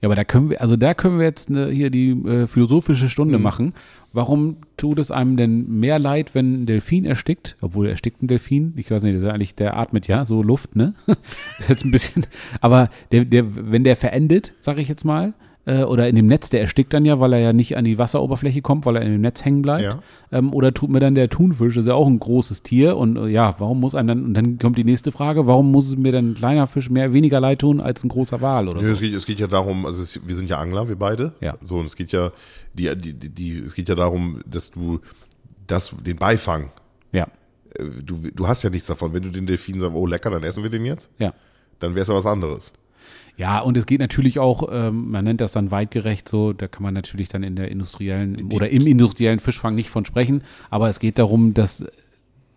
Ja, aber da können wir, also da können wir jetzt ne, hier die äh, philosophische Mhm. Stunde machen. Warum tut es einem denn mehr leid, wenn ein Delfin erstickt? Obwohl erstickt ein Delfin, ich weiß nicht, das ist eigentlich, der atmet ja, so Luft, ne? ist jetzt ein bisschen, aber der, der, wenn der verendet, sage ich jetzt mal, äh, oder in dem Netz, der erstickt dann ja, weil er ja nicht an die Wasseroberfläche kommt, weil er in dem Netz hängen bleibt. Ja. Ähm, oder tut mir dann der Thunfisch, das ist ja auch ein großes Tier und äh, ja, warum muss einem dann, und dann kommt die nächste Frage, warum muss es mir dann ein kleiner Fisch mehr, weniger leid tun als ein großer Wal oder Ja, so? es, geht, es geht ja darum, also es, wir sind ja Angler, wir beide. Ja. So, und es geht ja, die, die, die- die, es geht ja darum, dass du das, den Beifang, Ja. äh, du, du hast ja nichts davon. Wenn du den Delfin sagst, oh lecker, dann essen wir den jetzt, Ja. dann wäre es ja was anderes. Ja, und es geht natürlich auch, ähm, man nennt das dann weitgerecht so, da kann man natürlich dann in der industriellen oder im industriellen Fischfang nicht von sprechen, aber es geht darum, dass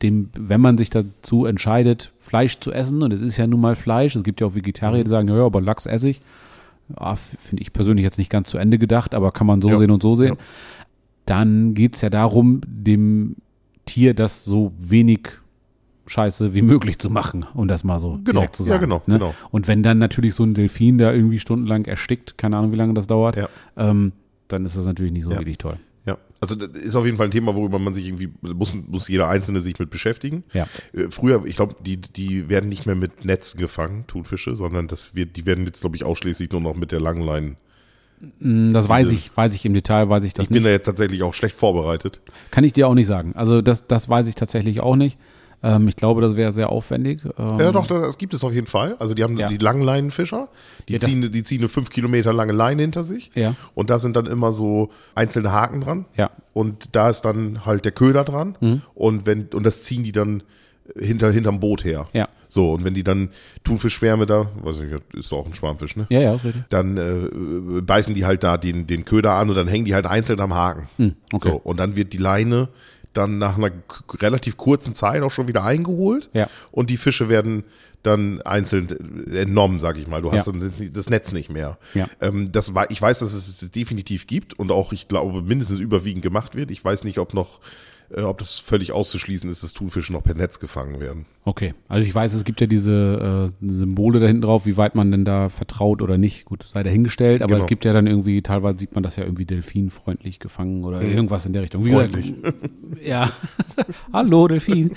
dem, wenn man sich dazu entscheidet, Fleisch zu essen, und es ist ja nun mal Fleisch, es gibt ja auch Vegetarier, die Mhm. sagen, ja, ja, aber Lachs esse ich. Ja, f- Finde ich persönlich jetzt nicht ganz zu Ende gedacht, aber kann man so Ja. sehen und so sehen. Ja. Dann geht's ja darum, dem Tier das so wenig Scheiße wie möglich zu machen, um das mal so Genau, direkt zu ja, sagen. genau, ne? genau. Und wenn dann natürlich so ein Delfin da irgendwie stundenlang erstickt, keine Ahnung, wie lange das dauert, Ja. ähm, dann ist das natürlich nicht so Ja. wirklich toll. Ja, also das ist auf jeden Fall ein Thema, worüber man sich irgendwie, muss, muss jeder Einzelne sich mit beschäftigen. Ja. Äh, Früher, ich glaube, die, die werden nicht mehr mit Netzen gefangen, Thunfische, sondern das wird, die werden jetzt, glaube ich, ausschließlich nur noch mit der Langleinen. Hm, Das weiß ich, weiß ich im Detail, weiß ich das Ich bin nicht. da jetzt tatsächlich auch schlecht vorbereitet. Kann ich dir auch nicht sagen. Also das, das weiß ich tatsächlich auch nicht. Ähm, ich glaube, das wäre sehr aufwendig. Ähm, Ja, doch, das gibt es auf jeden Fall. Also die haben Ja. die Langleinenfischer, die, Ja, das- ziehen, die ziehen eine fünf Kilometer lange Leine hinter sich. Ja. Und da sind dann immer so einzelne Haken dran. Ja. Mhm. Und da ist dann halt der Köder dran. Und wenn, und das ziehen die dann äh, hinter, hinterm Boot her. Ja. So, und wenn die dann Thunfischschwärme da, weiß ich nicht, ist doch auch ein Schwarmfisch, ne? Ja, ja, ist richtig. Dann äh, äh, beißen die halt da den, den Köder an und dann hängen die halt einzeln am Haken. Hm, okay. So, und dann wird die Leine dann nach einer k- relativ kurzen Zeit auch schon wieder eingeholt. Ja. Und die Fische werden dann einzeln äh, entnommen, sag ich mal. Du hast Ja. dann das- das Netz nicht mehr. Ja. Ähm, das war, ich weiß, dass es es definitiv gibt und auch, ich glaube, mindestens überwiegend gemacht wird. Ich weiß nicht, ob noch, äh, ob das völlig auszuschließen ist, dass Thunfische noch per Netz gefangen werden. Okay. Also ich weiß, es gibt ja diese äh, Symbole da hinten drauf, wie weit man denn da vertraut oder nicht. Gut, sei dahingestellt, aber Genau. es gibt ja dann irgendwie, teilweise sieht man das ja irgendwie delfinfreundlich gefangen oder irgendwas in der Richtung. Wie gesagt, Mhm. Freundlich. Ja. Hallo, Delfin.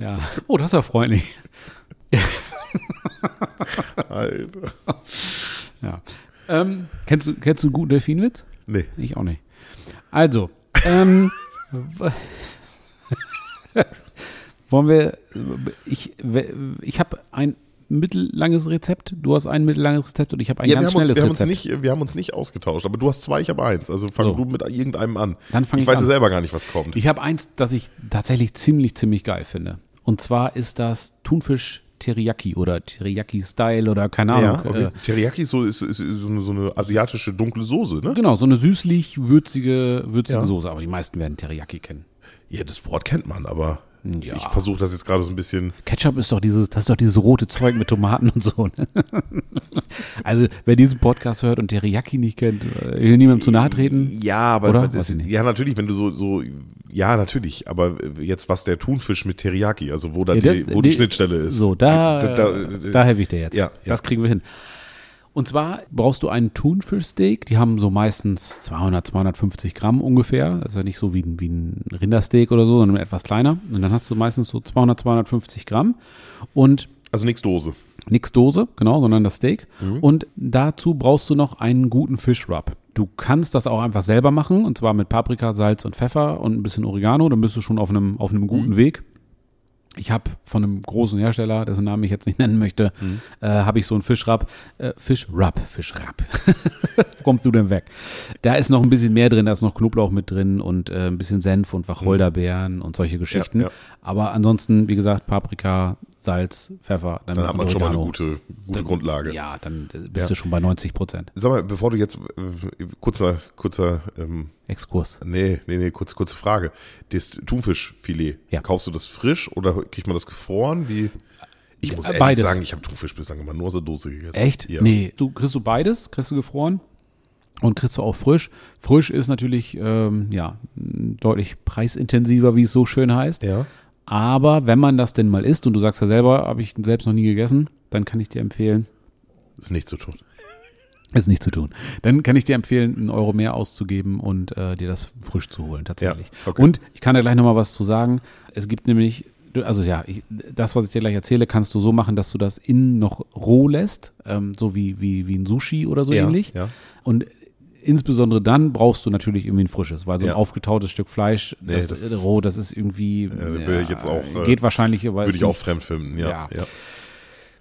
Ja. Oh, das ist ja freundlich. Alter. Ja. Ähm, kennst, du, kennst du einen guten Delfinwitz? Nee. Ich auch nicht. Also, ähm, w- wollen wir, ich, ich habe ein mittellanges Rezept, du hast ein mittellanges Rezept und ich habe ein Ja, wir ganz haben, uns, schnelles wir, haben uns Rezept. nicht, wir haben uns nicht ausgetauscht, aber du hast zwei, ich habe eins. Also fang du So. mit irgendeinem an. Dann fang ich ich weiß an. ja selber gar nicht, was kommt. Ich habe eins, das ich tatsächlich ziemlich, ziemlich geil finde. Und zwar ist das Thunfisch Teriyaki oder Teriyaki-Style oder keine Ahnung. ja, okay. äh, Teriyaki ist, so, ist, ist so, eine, so eine asiatische dunkle Soße, ne? Genau, so eine süßlich würzige, würzige Ja. Soße, aber die meisten werden Teriyaki kennen. Ja, das Wort kennt man, aber Ja. ich versuche das jetzt gerade so ein bisschen. Ketchup ist doch dieses, das ist doch dieses rote Zeug mit Tomaten und so. Ne? Also, wer diesen Podcast hört und Teriyaki nicht kennt, äh, ich will niemandem zu nahe treten. Ja, aber Oder? Das, Weiß ich nicht. ja, natürlich, wenn du so, so, ja, natürlich, aber jetzt was der Thunfisch mit Teriyaki, also wo da Ja, das- die, wo die, die- Schnittstelle ist. So, da, Da- da, da- helfe ich dir jetzt. Ja, ja. Das kriegen wir hin. Und zwar brauchst du einen Thunfischsteak. Die haben so meistens 200, 250 Gramm ungefähr. Das ist ja nicht so wie ein, wie ein Rindersteak oder so, sondern etwas kleiner. Und dann hast du meistens so 200, 250 Gramm. Und also nichts Dose. Nix Dose, genau, sondern das Steak. Mhm. Und dazu brauchst du noch einen guten Fischrub. Du kannst das auch einfach selber machen, und zwar mit Paprika, Salz und Pfeffer und ein bisschen Oregano. Dann bist du schon auf einem, auf einem Mhm. guten Weg. Ich habe von einem großen Hersteller, dessen Namen ich jetzt nicht nennen möchte, Mhm. äh, habe ich so einen Fischrub. Äh, Fischrub, Fischrub. Wo kommst du denn weg? Da ist noch ein bisschen mehr drin, da ist noch Knoblauch mit drin und äh, ein bisschen Senf und Wacholderbeeren und solche Geschichten. Mhm. ja. Aber ansonsten, wie gesagt, Paprika, Salz, Pfeffer. Dann hat man schon mal eine Oregano. gute, gute Grundlage. Ja, dann äh, bist du schon bei 90 Prozent. Sag mal, bevor du jetzt äh, kurzer, kurzer, ähm, Exkurs. nee, nee, nee, kurze, kurze Frage. Das Thunfischfilet, Ja. kaufst du das frisch oder kriegt man das gefroren? Wie? Ich muss Ja, ehrlich beides. sagen, ich habe Thunfisch bislang immer nur aus der Dose gegessen. Echt? Ja. Nee. Du kriegst du beides, kriegst du gefroren und kriegst du auch frisch. Frisch ist natürlich ähm, ja m, deutlich preisintensiver, wie es so schön heißt. Ja. Aber wenn man das denn mal isst und du sagst ja selber, habe ich selbst noch nie gegessen, dann kann ich dir empfehlen, Ist nicht zu tun. ist nicht zu tun. Dann kann ich dir empfehlen, einen Euro mehr auszugeben und äh, dir das frisch zu holen, tatsächlich. Ja, okay. Und ich kann da gleich nochmal was zu sagen. Es gibt nämlich, du- also ja, ich, das, was ich dir gleich erzähle, kannst du so machen, dass du das innen noch roh lässt, ähm, so wie, wie, wie ein Sushi oder so Ja, ähnlich. ja. Und insbesondere dann brauchst du natürlich irgendwie ein frisches, weil so ein Ja. aufgetautes Stück Fleisch, Nee, das, das- äh, roh, das ist irgendwie, würde ich jetzt auch, äh, geht wahrscheinlich, aber Würde ist ich auch nicht- fremd finden, ja. Ja. ja.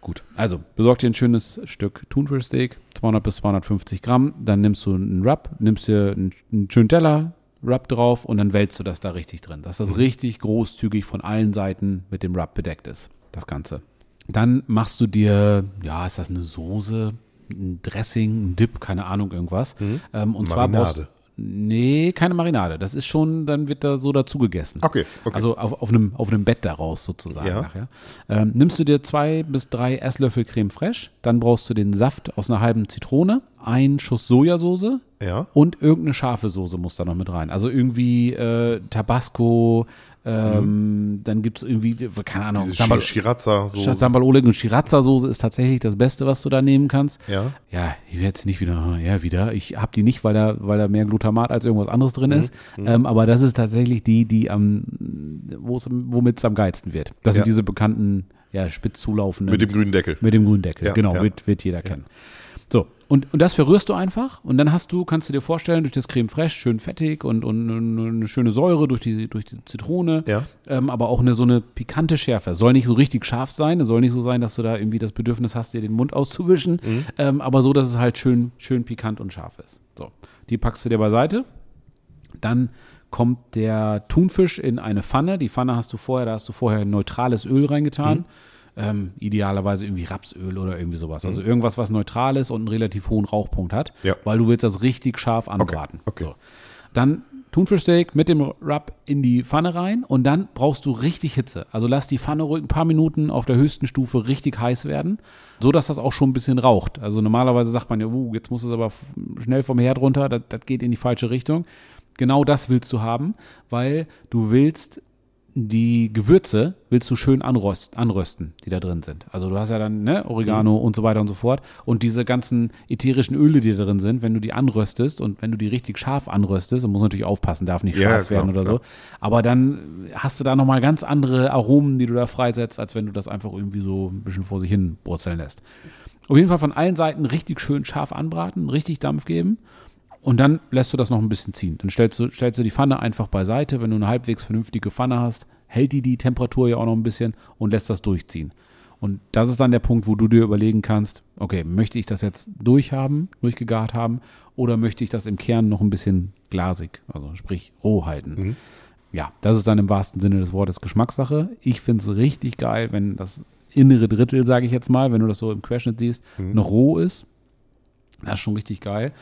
Gut, also besorg dir ein schönes Stück Thunfischsteak, 200 bis 250 Gramm. Dann nimmst du einen Wrap, nimmst dir einen, einen schönen Teller, Wrap drauf und dann wälzt du das da richtig drin, dass Mhm. das richtig großzügig von allen Seiten mit dem Wrap bedeckt ist, das Ganze. Dann machst du dir, ja, ist das eine Soße, ein Dressing, ein Dip, keine Ahnung, irgendwas. Ähm, und zwar brauchst- Mhm. Marinade. Nee, keine Marinade. Das ist schon, dann wird da so dazu gegessen. Okay, okay. Also auf, auf, einem, auf einem Bett daraus sozusagen Ja. nachher. Ähm, nimmst du dir zwei bis drei Esslöffel Creme Fraiche, dann brauchst du den Saft aus einer halben Zitrone, einen Schuss Sojasauce Ja. und irgendeine scharfe Soße muss da noch mit rein. Also irgendwie äh, Tabasco, ähm, dann gibt es irgendwie, keine Ahnung, Mhm. Diese Sambal, Shi- Shirazza, so. Sambal Oleg und Shirazza-Soße ist tatsächlich das Beste, was du da nehmen kannst. Ja. Ja, ich will jetzt nicht wieder, ja, wieder. Ich habe die nicht, weil da, weil da mehr Glutamat als irgendwas anderes drin Mhm. ist. Ähm, aber das ist tatsächlich die, die am, wo es- womit es am geilsten wird. Das Ja. sind diese bekannten, ja, spitz zulaufenden. Mit dem grünen Deckel. Mit dem grünen Deckel, Ja, genau, ja. Wird, wird jeder kennen. So, und, und das verrührst du einfach und dann hast du, kannst du dir vorstellen, durch das Creme Fraiche schön fettig und, und eine schöne Säure durch die, durch die Zitrone, Ja. ähm, aber auch eine so eine pikante Schärfe. Es Soll nicht so richtig scharf sein, es soll nicht so sein, dass du da irgendwie das Bedürfnis hast, dir den Mund auszuwischen, Mhm. ähm, aber so, dass es halt schön, schön pikant und scharf ist. So, die packst du dir beiseite, dann kommt der Thunfisch in eine Pfanne. Die Pfanne hast du vorher, da hast du vorher neutrales Öl reingetan. Ähm, idealerweise irgendwie Rapsöl oder irgendwie sowas. Also irgendwas, was neutral ist und einen relativ hohen Rauchpunkt hat, Ja. weil du willst das richtig scharf anbraten. okay. So. Dann Thunfischsteak mit dem Rub in die Pfanne rein und dann brauchst du richtig Hitze. Also lass die Pfanne ruhig ein paar Minuten auf der höchsten Stufe richtig heiß werden, so dass das auch schon ein bisschen raucht. Also normalerweise sagt man ja, uh, jetzt muss es aber f- schnell vom Herd runter, das, das geht in die falsche Richtung. Genau das willst du haben, weil du willst die Gewürze willst du schön anröst, anrösten, die da drin sind. Also du hast ja dann ne, Oregano Mhm. und so weiter und so fort. Und diese ganzen ätherischen Öle, die da drin sind, wenn du die anröstest und wenn du die richtig scharf anröstest, dann muss natürlich aufpassen, darf nicht Ja, schwarz klar, werden oder klar. so. Aber dann hast du da nochmal ganz andere Aromen, die du da freisetzt, als wenn du das einfach irgendwie so ein bisschen vor sich hin brutzeln lässt. Auf jeden Fall von allen Seiten richtig schön scharf anbraten, richtig Dampf geben. Und dann lässt du das noch ein bisschen ziehen. Dann stellst du, stellst du die Pfanne einfach beiseite. Wenn du eine halbwegs vernünftige Pfanne hast, hält die die Temperatur ja auch noch ein bisschen und lässt das durchziehen. Und das ist dann der Punkt, wo du dir überlegen kannst, okay, möchte ich das jetzt durchhaben, durchgegart haben oder möchte ich das im Kern noch ein bisschen glasig, also sprich roh halten. Ja, das ist dann im wahrsten Sinne des Wortes Geschmackssache. Ich finde es richtig geil, wenn das innere Drittel, sage ich jetzt mal, wenn du das so im Querschnitt siehst, noch roh ist. Das ist schon richtig geil.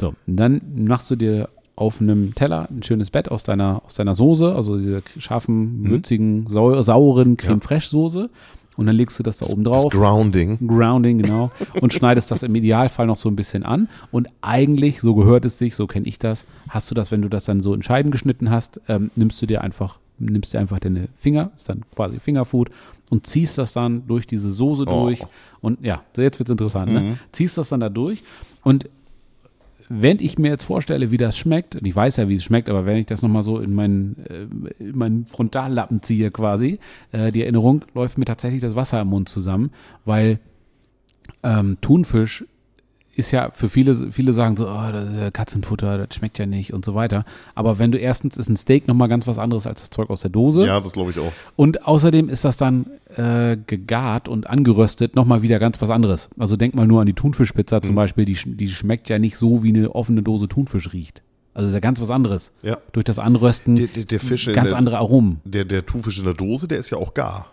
So, und dann machst du dir auf einem Teller ein schönes Bett aus deiner, aus deiner Soße, also dieser scharfen, würzigen, sau sauren Creme Fraiche Soße. Und dann legst du das da oben Das drauf. Grounding. Grounding, genau. Und schneidest das im Idealfall noch so ein bisschen an. Und eigentlich, so gehört es sich, so kenne ich das, hast du das, wenn du das dann so in Scheiben geschnitten hast, ähm, nimmst du dir einfach, nimmst dir einfach deine Finger, ist dann quasi Fingerfood, und ziehst das dann durch diese Soße Oh. durch. Und ja, so jetzt wird's interessant, ne? Ziehst das dann da durch. Und wenn ich mir jetzt vorstelle, wie das schmeckt, und ich weiß ja, wie es schmeckt, aber wenn ich das nochmal so in meinen, äh, in meinen Frontallappen ziehe quasi, äh, die Erinnerung, läuft mir tatsächlich das Wasser im Mund zusammen, weil ähm, Thunfisch ist ja für viele, viele sagen so, oh, das ist ja Katzenfutter, das schmeckt ja nicht und so weiter. Aber wenn du erstens ist ein Steak nochmal ganz was anderes als das Zeug aus der Dose. Ja, das glaube ich auch. Und außerdem ist das dann äh, gegart und angeröstet nochmal wieder ganz was anderes. Also denk mal nur an die Thunfischpizza Mhm. zum Beispiel, die, sch- die schmeckt ja nicht so, wie eine offene Dose Thunfisch riecht. Also ist ja ganz was anderes. Ja. Durch das Anrösten Der, der, der Fisch in ganz der, andere Aromen. der, der Thunfisch in der Dose, der ist ja auch gar.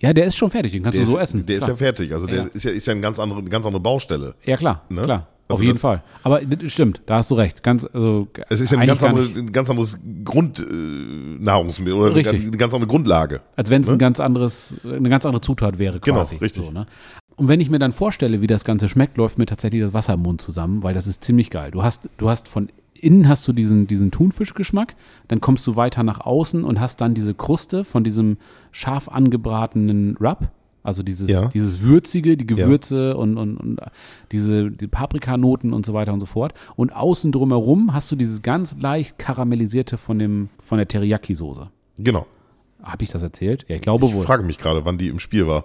Ja, der ist schon fertig, den kannst Der du so ist, essen. Der ist Klar. ja fertig. Also der Ja. ist ja, ist ja ein ganz andere, eine ganz andere Baustelle. ja klar, Ne? klar. Auf Also jeden das- Fall. Aber d- stimmt, da hast du recht. Ganz, also, Es ist ja ein eigentlich ganz, gar andere, nicht- ein ganz anderes Grundnahrungsmittel oder Richtig. eine ganz andere Grundlage. Als wenn es ein ganz anderes, eine ganz andere Zutat wäre Ne? Genau, quasi. richtig. So, ne? Und wenn ich mir dann vorstelle, wie das Ganze schmeckt, läuft mir tatsächlich das Wasser im Mund zusammen, weil das ist ziemlich geil. Du hast, du hast von innen hast du diesen, diesen Thunfischgeschmack, dann kommst du weiter nach außen und hast dann diese Kruste von diesem scharf angebratenen Rub. Also dieses, Ja. dieses Würzige, die Gewürze und, und, und diese die Paprikanoten und so weiter und so fort. Und außen drumherum hast du dieses ganz leicht karamellisierte von, dem, von der Teriyaki-Soße. Genau. Habe ich das erzählt? Ja, ich glaube Ich wohl. frage mich gerade, wann die im Spiel war.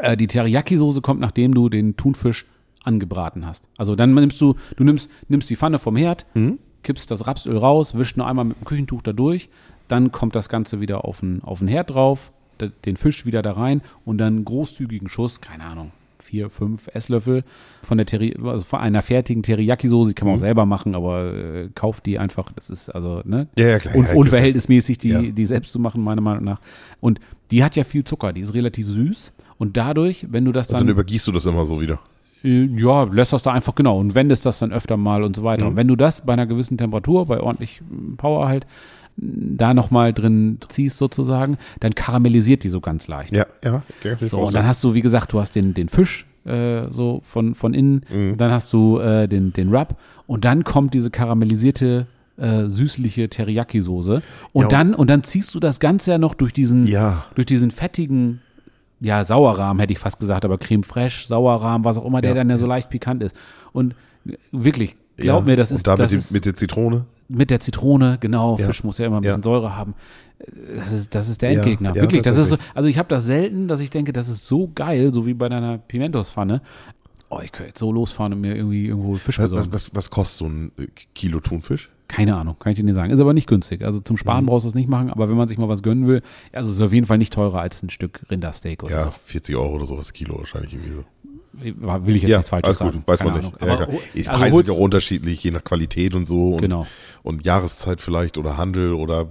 Äh, die Teriyaki-Soße kommt, nachdem du den Thunfisch angebraten hast. Also dann nimmst du, du nimmst, nimmst die Pfanne vom Herd, kippst das Rapsöl raus, wischst nur einmal mit dem Küchentuch da durch, dann kommt das Ganze wieder auf den, auf den Herd drauf, de- den Fisch wieder da rein und dann einen großzügigen Schuss, keine Ahnung, vier, fünf Esslöffel von der Teri also von einer fertigen Teriyaki-Soße, die kann man auch selber machen, aber äh, kauft die einfach, das ist also, ne? Ja, ja, klar, Un ja, unverhält verhältnismäßig, die, Ja. die selbst zu machen, meiner Meinung nach. Und die hat ja viel Zucker, die ist relativ süß. Und dadurch, wenn du das Dann dann, übergießt du das immer so wieder. äh, ja, lässt das da einfach genau und wendest das dann öfter mal und so weiter. Und wenn du das bei einer gewissen Temperatur, bei ordentlich mm, Power halt, mm, da nochmal drin ziehst sozusagen, dann karamellisiert die so ganz leicht. Ja, ja. Okay, ich So, und dann hast du, wie gesagt, du hast den, den Fisch äh, so von, von innen, Mhm. dann hast du äh, den, den Rub und dann kommt diese karamellisierte, äh, süßliche Teriyaki-Soße. Ja, Und und- dann, und dann ziehst du das Ganze ja noch durch diesen, Ja. durch diesen fettigen, ja, Sauerrahm, hätte ich fast gesagt, aber Creme Fraiche, Sauerrahm, was auch immer, der Ja, dann ja so leicht pikant ist. Und wirklich, glaub Ja. mir, das Und ist, da das mit, ist dem, mit der Zitrone. mit der Zitrone, genau, Ja. Fisch muss ja immer ein Ja. bisschen Säure haben. Äh, Das ist, das ist der Ja, Endgegner. ja, Wirklich, das ist so, tatsächlich. also ich habe das selten, dass ich denke, das ist so geil, so wie bei deiner Pimentos-Pfanne. Oh, ich könnte jetzt so losfahren und mir irgendwie irgendwo Fisch Äh, Was, was, besorgen. was, was kostet so ein äh, Kilo Thunfisch? Keine Ahnung, kann ich dir nicht sagen. Ist aber nicht günstig. Also zum Mhm. Sparen brauchst du es nicht machen, aber wenn man sich mal was gönnen will, also ist es auf jeden Fall nicht teurer als ein Stück Rindersteak oder Ja, 40 Euro oder sowas Kilo wahrscheinlich irgendwie so. so. Will ich jetzt Ja, nichts Falsches alles sagen. gut, weiß Keine man Ahnung. nicht. Ja, Aber, klar. Die also Preise sind holst- ja auch unterschiedlich, je nach Qualität und so und, Genau. und Jahreszeit vielleicht oder Handel oder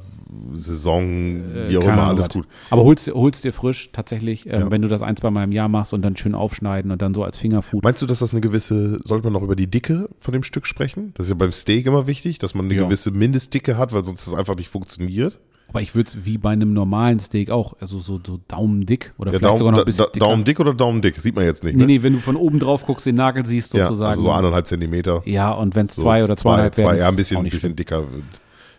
Saison, wie auch Äh, Keine immer, Ahnung, alles was. gut. Aber holst, holst dir frisch tatsächlich, ähm, wenn du das ein, zwei Mal im Jahr machst und dann schön aufschneiden und dann so als Fingerfood. Meinst du, dass das eine gewisse, sollte man noch über die Dicke von dem Stück sprechen? Das ist ja beim Steak immer wichtig, dass man eine Ja. gewisse Mindestdicke hat, weil sonst das einfach nicht funktioniert. Aber ich würde es wie bei einem normalen Steak auch, also so, so daumendick oder Ja, vielleicht Daumen, sogar noch da, ein bisschen dicker. Daumen dick oder Daumen dick? Sieht man jetzt nicht. nee, Ne? nee, wenn du von oben drauf guckst, den Nagel siehst ja, sozusagen. also so anderthalb Zentimeter. ja, und wenn es zwei oder zwei, zweieinhalb zwei, werden, ja, ein ist auch bisschen, nicht bisschen dicker wird.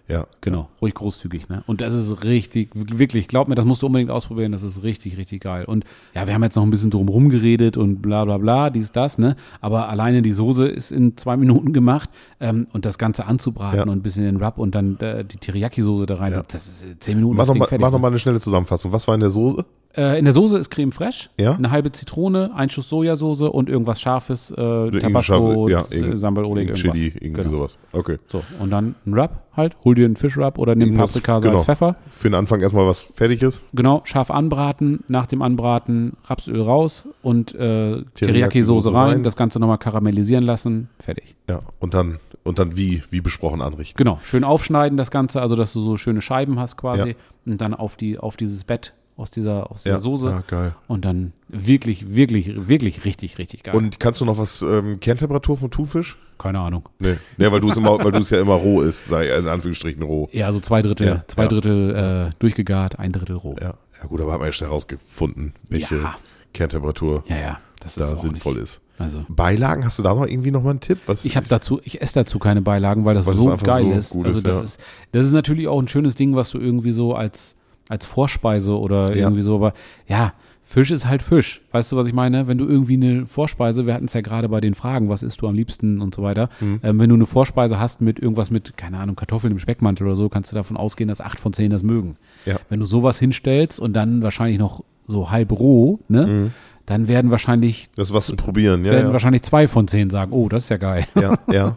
Ja. Genau, ruhig großzügig, ne? Und das ist richtig, wirklich, glaub mir, das musst du unbedingt ausprobieren, das ist richtig, richtig geil. Und ja, wir haben jetzt noch ein bisschen drumherum geredet und bla bla bla, dies, das, ne? Aber alleine die Soße ist in zwei Minuten gemacht ähm, und das Ganze anzubraten Ja. und ein bisschen in den Rub und dann äh, die Teriyaki-Soße da rein, Ja. das ist äh, zehn Minuten Mach das Ding nochmal fertig, mach noch ne? mal eine schnelle Zusammenfassung. Was war in der Soße? Äh, in der Soße ist Creme Fraiche, Ja. eine halbe Zitrone, ein Schuss Sojasauce und irgendwas Scharfes, äh, Tabasco, Scharfe- ja, äh, irgend- Sambal oder irgendein irgendwas. Chili, irgendwie genau. sowas. Okay. So, und dann ein Wrap halt, hol dir einen Fischwrap oder nimm Irgendwas- Paprika, Salz, genau. Pfeffer. Für den Anfang erstmal was Fertiges. Genau, scharf anbraten, nach dem Anbraten Rapsöl raus und äh, Teriyaki-Soße Teriyaki-Soße rein, rein. das Ganze nochmal karamellisieren lassen, fertig. Ja. Und dann, und dann wie, wie besprochen anrichten. Genau, schön aufschneiden das Ganze, also dass du so schöne Scheiben hast quasi Ja. und dann auf, die, auf dieses Bett aus dieser, aus dieser Ja, Soße ja, geil. und dann wirklich, wirklich, wirklich richtig, richtig geil. Und kannst du noch was ähm, Kerntemperatur vom Thunfisch? Keine Ahnung. Nee. nee, weil du es immer, weil du es ja immer roh ist, sei in Anführungsstrichen roh. Ja, also zwei Drittel, Ja, zwei ja. Drittel äh, durchgegart, ein Drittel roh. Ja. Ja gut, aber haben wir ja schnell rausgefunden, welche Ja. Kerntemperatur Ja, ja, das ist da auch sinnvoll nicht. ist. Also Beilagen, hast du da noch irgendwie nochmal einen Tipp? Was Ich habe dazu, ich esse dazu keine Beilagen, weil das Weil das so einfach geil so ist. gut Also ist, das ja. ist, das ist natürlich auch ein schönes Ding, was du irgendwie so als als Vorspeise oder Ja. irgendwie so, aber ja, Fisch ist halt Fisch. Weißt du, was ich meine? Wenn du irgendwie eine Vorspeise, wir hatten es ja gerade bei den Fragen, was isst du am liebsten und so weiter, Mhm. ähm, wenn du eine Vorspeise hast mit irgendwas mit, keine Ahnung, Kartoffeln im Speckmantel oder so, kannst du davon ausgehen, dass acht von zehn das mögen. Ja. Wenn du sowas hinstellst und dann wahrscheinlich noch so halb roh, ne, dann werden wahrscheinlich das ist was zu probieren, Mhm. ja. werden Ja, wahrscheinlich zwei von zehn sagen, oh, das ist ja geil. ja, ja.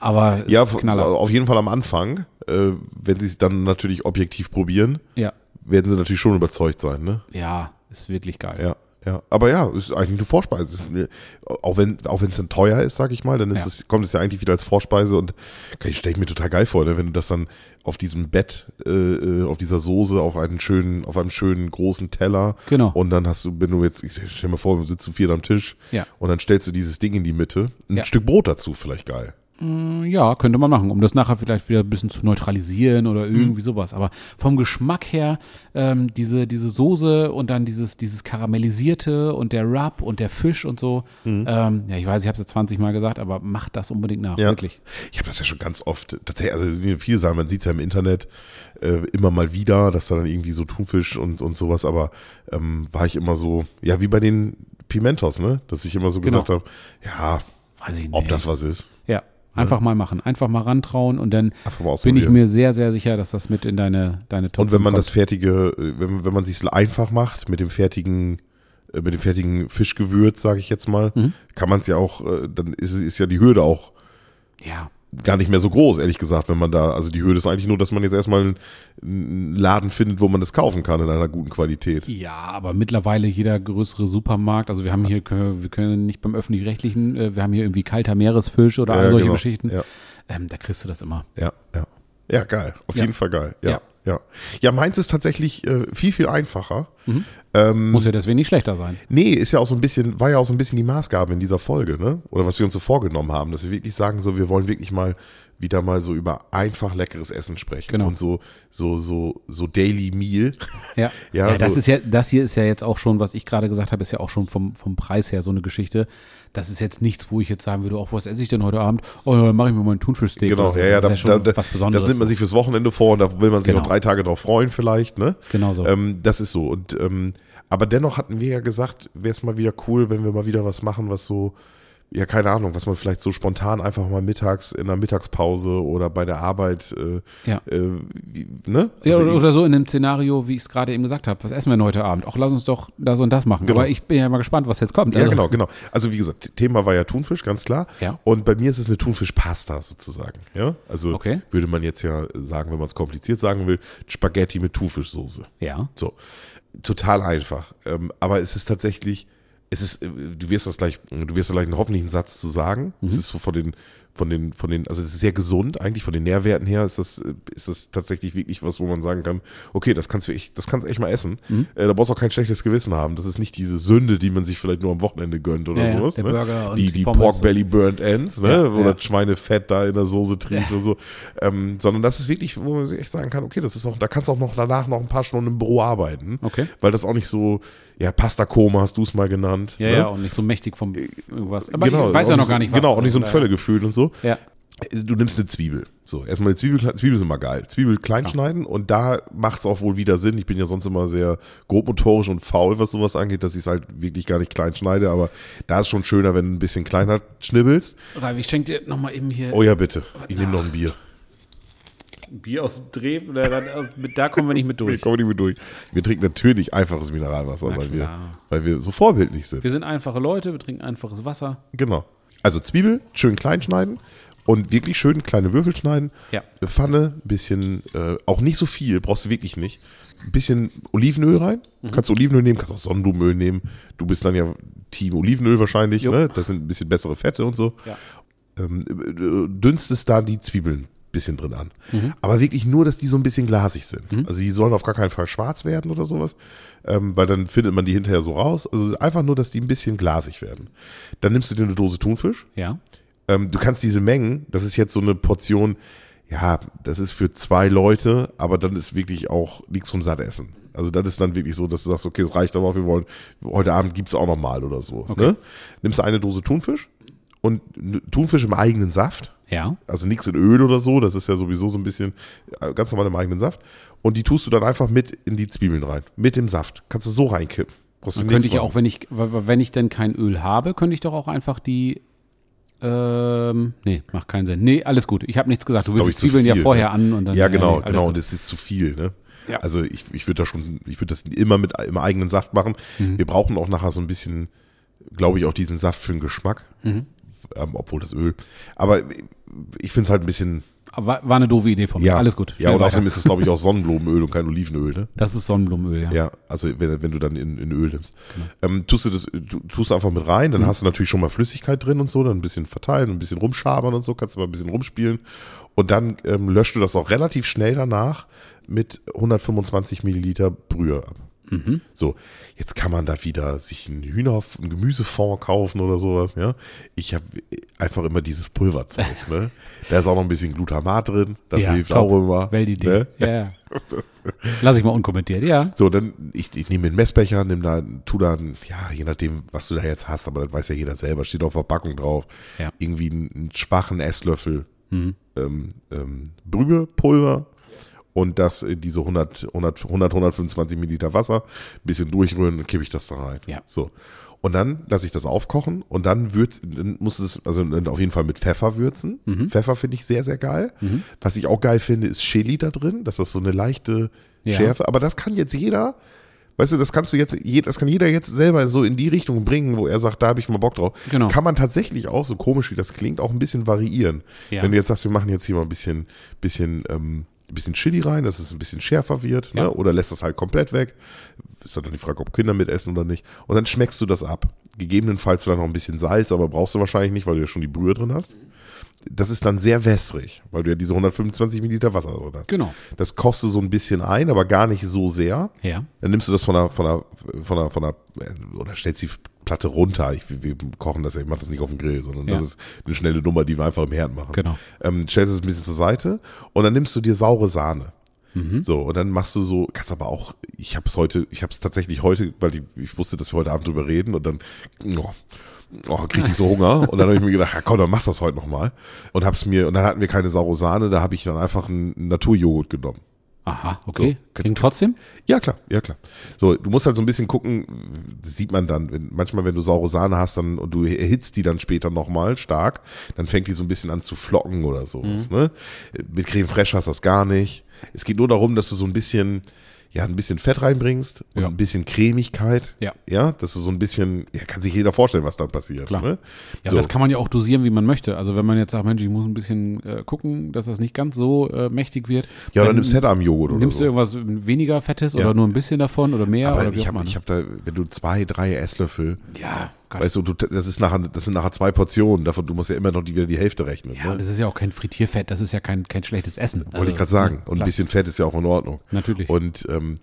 Aber es ja ist Knaller. also auf jeden Fall am Anfang, äh, wenn sie es dann natürlich objektiv probieren, ja, werden sie natürlich schon überzeugt sein, ne? ja, ist wirklich geil. Ja, ja. Aber ja, ist eigentlich eine Vorspeise. Ist eine, auch wenn auch wenn es dann teuer ist, sag ich mal, dann ist Ja. es, kommt es ja eigentlich wieder als Vorspeise und kann ich stelle ich mir total geil vor, ne? wenn du das dann auf diesem Bett, äh, äh, auf dieser Soße, auf einen schönen, auf einem schönen großen Teller. Genau. Und dann hast du, wenn du jetzt, ich stell mir vor, wir sitzen zu viert am Tisch. Ja. Und dann stellst du dieses Ding in die Mitte, ein Ja. Stück Brot dazu, vielleicht geil. Ja, könnte man machen, um das nachher vielleicht wieder ein bisschen zu neutralisieren oder Mhm. irgendwie sowas. Aber vom Geschmack her, ähm, diese, diese Soße und dann dieses, dieses Karamellisierte und der Rub und der Fisch und so. Mhm. Ähm, ja, ich weiß, ich habe es ja 20 Mal gesagt, aber macht das unbedingt nach, Ja. wirklich. Ich habe das ja schon ganz oft, tatsächlich, also es sind ja viele Sachen, man sieht es ja im Internet äh, immer mal wieder, dass da dann irgendwie so Thunfisch und, und sowas, aber ähm, war ich immer so, ja, wie bei den Pimentos, ne? Dass ich immer so Genau. gesagt habe, ja, Weiß ich nicht. ob das was ist. ja, einfach mal machen, einfach mal rantrauen und dann Einfach mal bin ich ausprobieren. mir sehr, sehr sicher, dass das mit in deine, deine Top Und wenn man kommt. das fertige, äh, wenn, wenn man sich's einfach macht mit dem fertigen, äh, mit dem fertigen Fischgewürz, sage ich jetzt mal, Mhm. kann man es ja auch, äh, dann ist, ist ja die Hürde auch Ja, gar nicht mehr so groß, ehrlich gesagt, wenn man da, also die Hürde ist eigentlich nur, dass man jetzt erstmal einen, einen Laden findet, wo man das kaufen kann in einer guten Qualität. Ja, aber mittlerweile jeder größere Supermarkt, also wir haben hier, wir können nicht beim öffentlich-rechtlichen, äh, wir haben hier irgendwie kalter Meeresfisch oder all Ja, solche genau. Geschichten. Ja. Ähm, da kriegst du das immer. Ja, ja. Ja, geil. Auf Ja. jeden Fall geil. Ja, Ja. ja. Ja, meins ist tatsächlich äh, viel, viel einfacher. Hm. Muss ja deswegen nicht schlechter sein. Nee, ist ja auch so ein bisschen, war ja auch so ein bisschen die Maßgabe in dieser Folge, ne? Oder was wir uns so vorgenommen haben, dass wir wirklich sagen, so, wir wollen wirklich mal wieder mal so über einfach leckeres Essen sprechen. Genau. Und so, so, so, so Daily Meal. Ja, Ja, ja, also das so- ist ja, das hier ist ja jetzt auch schon, was ich gerade gesagt habe, ist ja auch schon vom, vom Preis her so eine Geschichte. Das ist jetzt nichts, wo ich jetzt sagen würde, auch was esse ich denn heute Abend? Oh, dann mache ich mir mal einen Thunfischsteak. Genau, oder so. ja, ja, also das da, ist ja schon da, was Besonderes. das nimmt man sich fürs Wochenende vor und da will man sich Genau. noch drei Tage drauf freuen vielleicht, ne? Genau so. Ähm, das ist so. Und, ähm, aber dennoch hatten wir ja gesagt, wäre es mal wieder cool, wenn wir mal wieder was machen, was so, ja, keine Ahnung, was man vielleicht so spontan einfach mal mittags in der Mittagspause oder bei der Arbeit, äh, Ja. äh, wie- ne? Ja, Also oder, ich- oder so in einem Szenario, wie ich es gerade eben gesagt habe. Was essen wir denn heute Abend? Auch lass uns doch das und das machen. Genau. Aber ich bin ja mal gespannt, was jetzt kommt. ja, Also- genau, genau. Also wie gesagt, Thema war ja Thunfisch, ganz klar. Ja. Und bei mir ist es eine Thunfischpasta sozusagen. Ja. Also Okay. würde man jetzt ja sagen, wenn man es kompliziert sagen will, Spaghetti mit Thunfischsoße. Ja. So, total einfach. Ähm, aber es ist tatsächlich, es ist, äh, du wirst das gleich, du wirst da gleich einen hoffentlichen Satz zu sagen. Es Mhm. ist so von den, von den, von den, also es ist sehr gesund eigentlich von den Nährwerten her. Ist das, äh, ist das tatsächlich wirklich was, wo man sagen kann, okay, das kannst du echt, das kannst du echt mal essen. Mhm. Äh, da brauchst du auch kein schlechtes Gewissen haben. Das ist nicht diese Sünde, die man sich vielleicht nur am Wochenende gönnt oder Ja, ja, sowas. der ne? Burger und die, die Pommes Pork und- Belly Burnt Ends, ne? Ja, wo ja. das Schweinefett da in der Soße trieft und so. Ähm, sondern das ist wirklich, wo man sich echt sagen kann, okay, das ist auch, da kannst du auch noch danach noch ein paar Stunden im Büro arbeiten. Okay. Weil das auch nicht so, ja, Pasta-Koma hast du es mal genannt. Ja, ne? ja, und nicht so mächtig vom irgendwas. Aber genau, ich auch weiß ja nicht noch so- gar nicht was. Genau, auch nicht so ein Von daher- Völlegefühl und so. Ja. du nimmst eine Zwiebel. So, erstmal eine Zwiebel, Zwiebel sind immer geil. Zwiebel klein Ja. schneiden und da macht es auch wohl wieder Sinn. Ich bin ja sonst immer sehr grobmotorisch und faul, was sowas angeht, dass ich es halt wirklich gar nicht klein schneide, aber da ist schon schöner, wenn du ein bisschen kleiner schnibbelst. Ralf, ich schenke dir nochmal eben hier Oh ja, bitte. Ich nehme noch ein Bier. ein Bier aus dem Dreh. Oder dann aus, mit, da kommen wir nicht mit Wir durch. kommen nicht mehr durch. Wir trinken natürlich einfaches Mineralwasser, weil wir, klar. weil wir so vorbildlich sind. Wir sind einfache Leute, wir trinken einfaches Wasser. Genau. Also Zwiebel schön klein schneiden und wirklich schön kleine Würfel schneiden. Ja. Pfanne, bisschen, äh, auch nicht so viel, brauchst du wirklich nicht. Ein bisschen Olivenöl rein. Mhm. Kannst du Olivenöl nehmen, kannst auch Sonnenblumenöl nehmen. Du bist dann ja Team Olivenöl wahrscheinlich, Jo. ne? Das sind ein bisschen bessere Fette und so. Ja. Ähm, äh, dünstest da die Zwiebeln ein bisschen drin an. Aber wirklich nur, dass die so ein bisschen glasig sind. Also die sollen auf gar keinen Fall schwarz werden oder sowas, ähm, weil dann findet man die hinterher so raus. Also einfach nur, dass die ein bisschen glasig werden. Dann nimmst du dir eine Dose Thunfisch. Ja. Ähm, du kannst diese Mengen, das ist jetzt so eine Portion, ja, das ist für zwei Leute, aber dann ist wirklich auch nichts zum Sattessen. Also das ist dann wirklich so, dass du sagst, okay, das reicht aber, wir wollen, heute Abend gibt's auch noch mal oder so. Ne? Nimmst du eine Dose Thunfisch und n- Thunfisch im eigenen Saft, Ja. also nichts in Öl oder so, das ist ja sowieso so ein bisschen äh, ganz normal im eigenen Saft. Und die tust du dann einfach mit in die Zwiebeln rein, mit dem Saft. Kannst du so reinkippen. Brauchst du nichts Könnte ich machen. auch, wenn ich, w- w- wenn ich denn kein Öl habe, könnte ich doch auch einfach die. Ähm, nee, macht keinen Sinn. Nee, alles gut. Ich habe nichts gesagt. Du glaub willst die ich, zu Zwiebeln ja viel, vorher ne? an und dann. äh, Ja, genau, nee, alles genau. gut. Und das ist zu viel, ne? Ja. Also ich, ich würde da schon, ich würde das immer mit im eigenen Saft machen. Mhm. Wir brauchen auch nachher so ein bisschen, glaube ich, auch diesen Saft für den Geschmack. Mhm. Ähm, obwohl das Öl. Aber ich finde es halt ein bisschen, Aber war, war eine doofe Idee von mir. ja. Alles gut. Ja, Schnell und außerdem weiter. ist es, glaube ich, auch Sonnenblumenöl und kein Olivenöl, ne? Das ist Sonnenblumenöl, ja. Genau. Ja, also wenn, wenn du dann in, in Öl nimmst. Ähm, tust du das, tu- tust du einfach mit rein, Mhm. dann hast du natürlich schon mal Flüssigkeit drin und so, dann ein bisschen verteilen, ein bisschen rumschabern und so, kannst du mal ein bisschen rumspielen. Und dann ähm, löscht du das auch relativ schnell danach mit 125 Milliliter Brühe ab. Mhm. So, jetzt kann man da wieder sich einen Hühner, einen Gemüsefond kaufen oder sowas, ja. Ich habe einfach immer dieses Pulverzeug, ne? Da ist auch noch ein bisschen Glutamat drin, das Ja, hilft top. auch immer. Weltidee. ne? Ja, ja. Lass ich mal unkommentiert, ja. So, dann, ich, ich nehme den Messbecher, nimm da, tu da, ein- ja, je nachdem, was du da jetzt hast, aber das weiß ja jeder selber, steht auf Verpackung drauf. Ja. Mhm. Irgendwie einen, einen schwachen Esslöffel ähm, ähm, Brühe, Pulver und das, äh, diese 100, 100, 100, 125 Milliliter Wasser, ein bisschen durchrühren, dann kippe ich das da rein. Ja. So. Und dann lasse ich das aufkochen und dann würz, dann muss es, also dann auf jeden Fall mit Pfeffer würzen. Mhm. Pfeffer finde ich sehr, sehr geil. Was ich auch geil finde, ist Chili da drin, dass das so eine leichte Ja. Schärfe, aber das kann jetzt jeder, weißt du, das kannst du jetzt, je- das kann jeder jetzt selber so in die Richtung bringen, wo er sagt, da habe ich mal Bock drauf. Genau. Kann man tatsächlich auch, so komisch wie das klingt, auch ein bisschen variieren. Ja. Wenn du jetzt sagst, wir machen jetzt hier mal ein bisschen, bisschen, ähm, ein bisschen Chili rein, dass es ein bisschen schärfer wird, Ja. ne? oder lässt das halt komplett weg. Ist halt dann die Frage, ob Kinder mitessen oder nicht. Und dann schmeckst du das ab. Gegebenenfalls vielleicht noch ein bisschen Salz, aber brauchst du wahrscheinlich nicht, weil du ja schon die Brühe drin hast. Das ist dann sehr wässrig, weil du ja diese 125 Milliliter Wasser drin hast. Genau. Das kochst du so ein bisschen ein, aber gar nicht so sehr. Ja. Dann nimmst du das von der, von der, von der, von der, oder stellst die Platte runter. Ich, wir kochen das ja, ich mache das nicht auf dem Grill, sondern Ja. das ist eine schnelle Nummer, die wir einfach im Herd machen. Genau. Ähm, stellst es ein bisschen zur Seite und dann nimmst du dir saure Sahne. Mhm. So, und dann machst du so, kannst aber auch, ich habe es heute, ich habe es tatsächlich heute, weil die, ich wusste, dass wir heute Abend drüber reden und dann, oh, oh krieg ich so Hunger. und dann habe ich mir gedacht, ja komm, dann machst du das heute nochmal. Und hab's mir, und dann hatten wir keine saure Sahne, da habe ich dann einfach einen Naturjoghurt genommen. Aha, okay. So, kannst- Klingt trotzdem? Ja, klar, ja, klar. So, du musst halt so ein bisschen gucken, das sieht man dann, wenn, manchmal, wenn du saure Sahne hast dann, und du erhitzt die dann später nochmal stark, dann fängt die so ein bisschen an zu flocken oder Mhm. sowas. Ne? Mit Creme Fraiche hast du das gar nicht. Es geht nur darum, dass du so ein bisschen, ja, ein bisschen Fett reinbringst und Ja. ein bisschen Cremigkeit. Ja. Ja, dass du so ein bisschen, ja, kann sich jeder vorstellen, was dann passiert. Klar. Ne? Ja, so, das kann man ja auch dosieren, wie man möchte. Also wenn man jetzt sagt, Mensch, ich muss ein bisschen äh, gucken, dass das nicht ganz so äh, mächtig wird. ja oder dann nimmst Fettarm-Joghurt oder nimmst so. du irgendwas weniger Fettes oder Ja. nur ein bisschen davon oder mehr Aber oder wie ich auch immer. habe ne? ich hab da, wenn du zwei, drei Esslöffel ja, Gott. Weißt du, du, das ist nachher, das sind nachher zwei Portionen. Davon, du musst ja immer noch die, wieder die Hälfte rechnen. ja, ne? das ist ja auch kein Frittierfett, das ist ja kein, kein schlechtes Essen. Also, Wollte ich gerade sagen. Und ein ne, klar. bisschen Fett ist ja auch in Ordnung. Natürlich. Und ähm,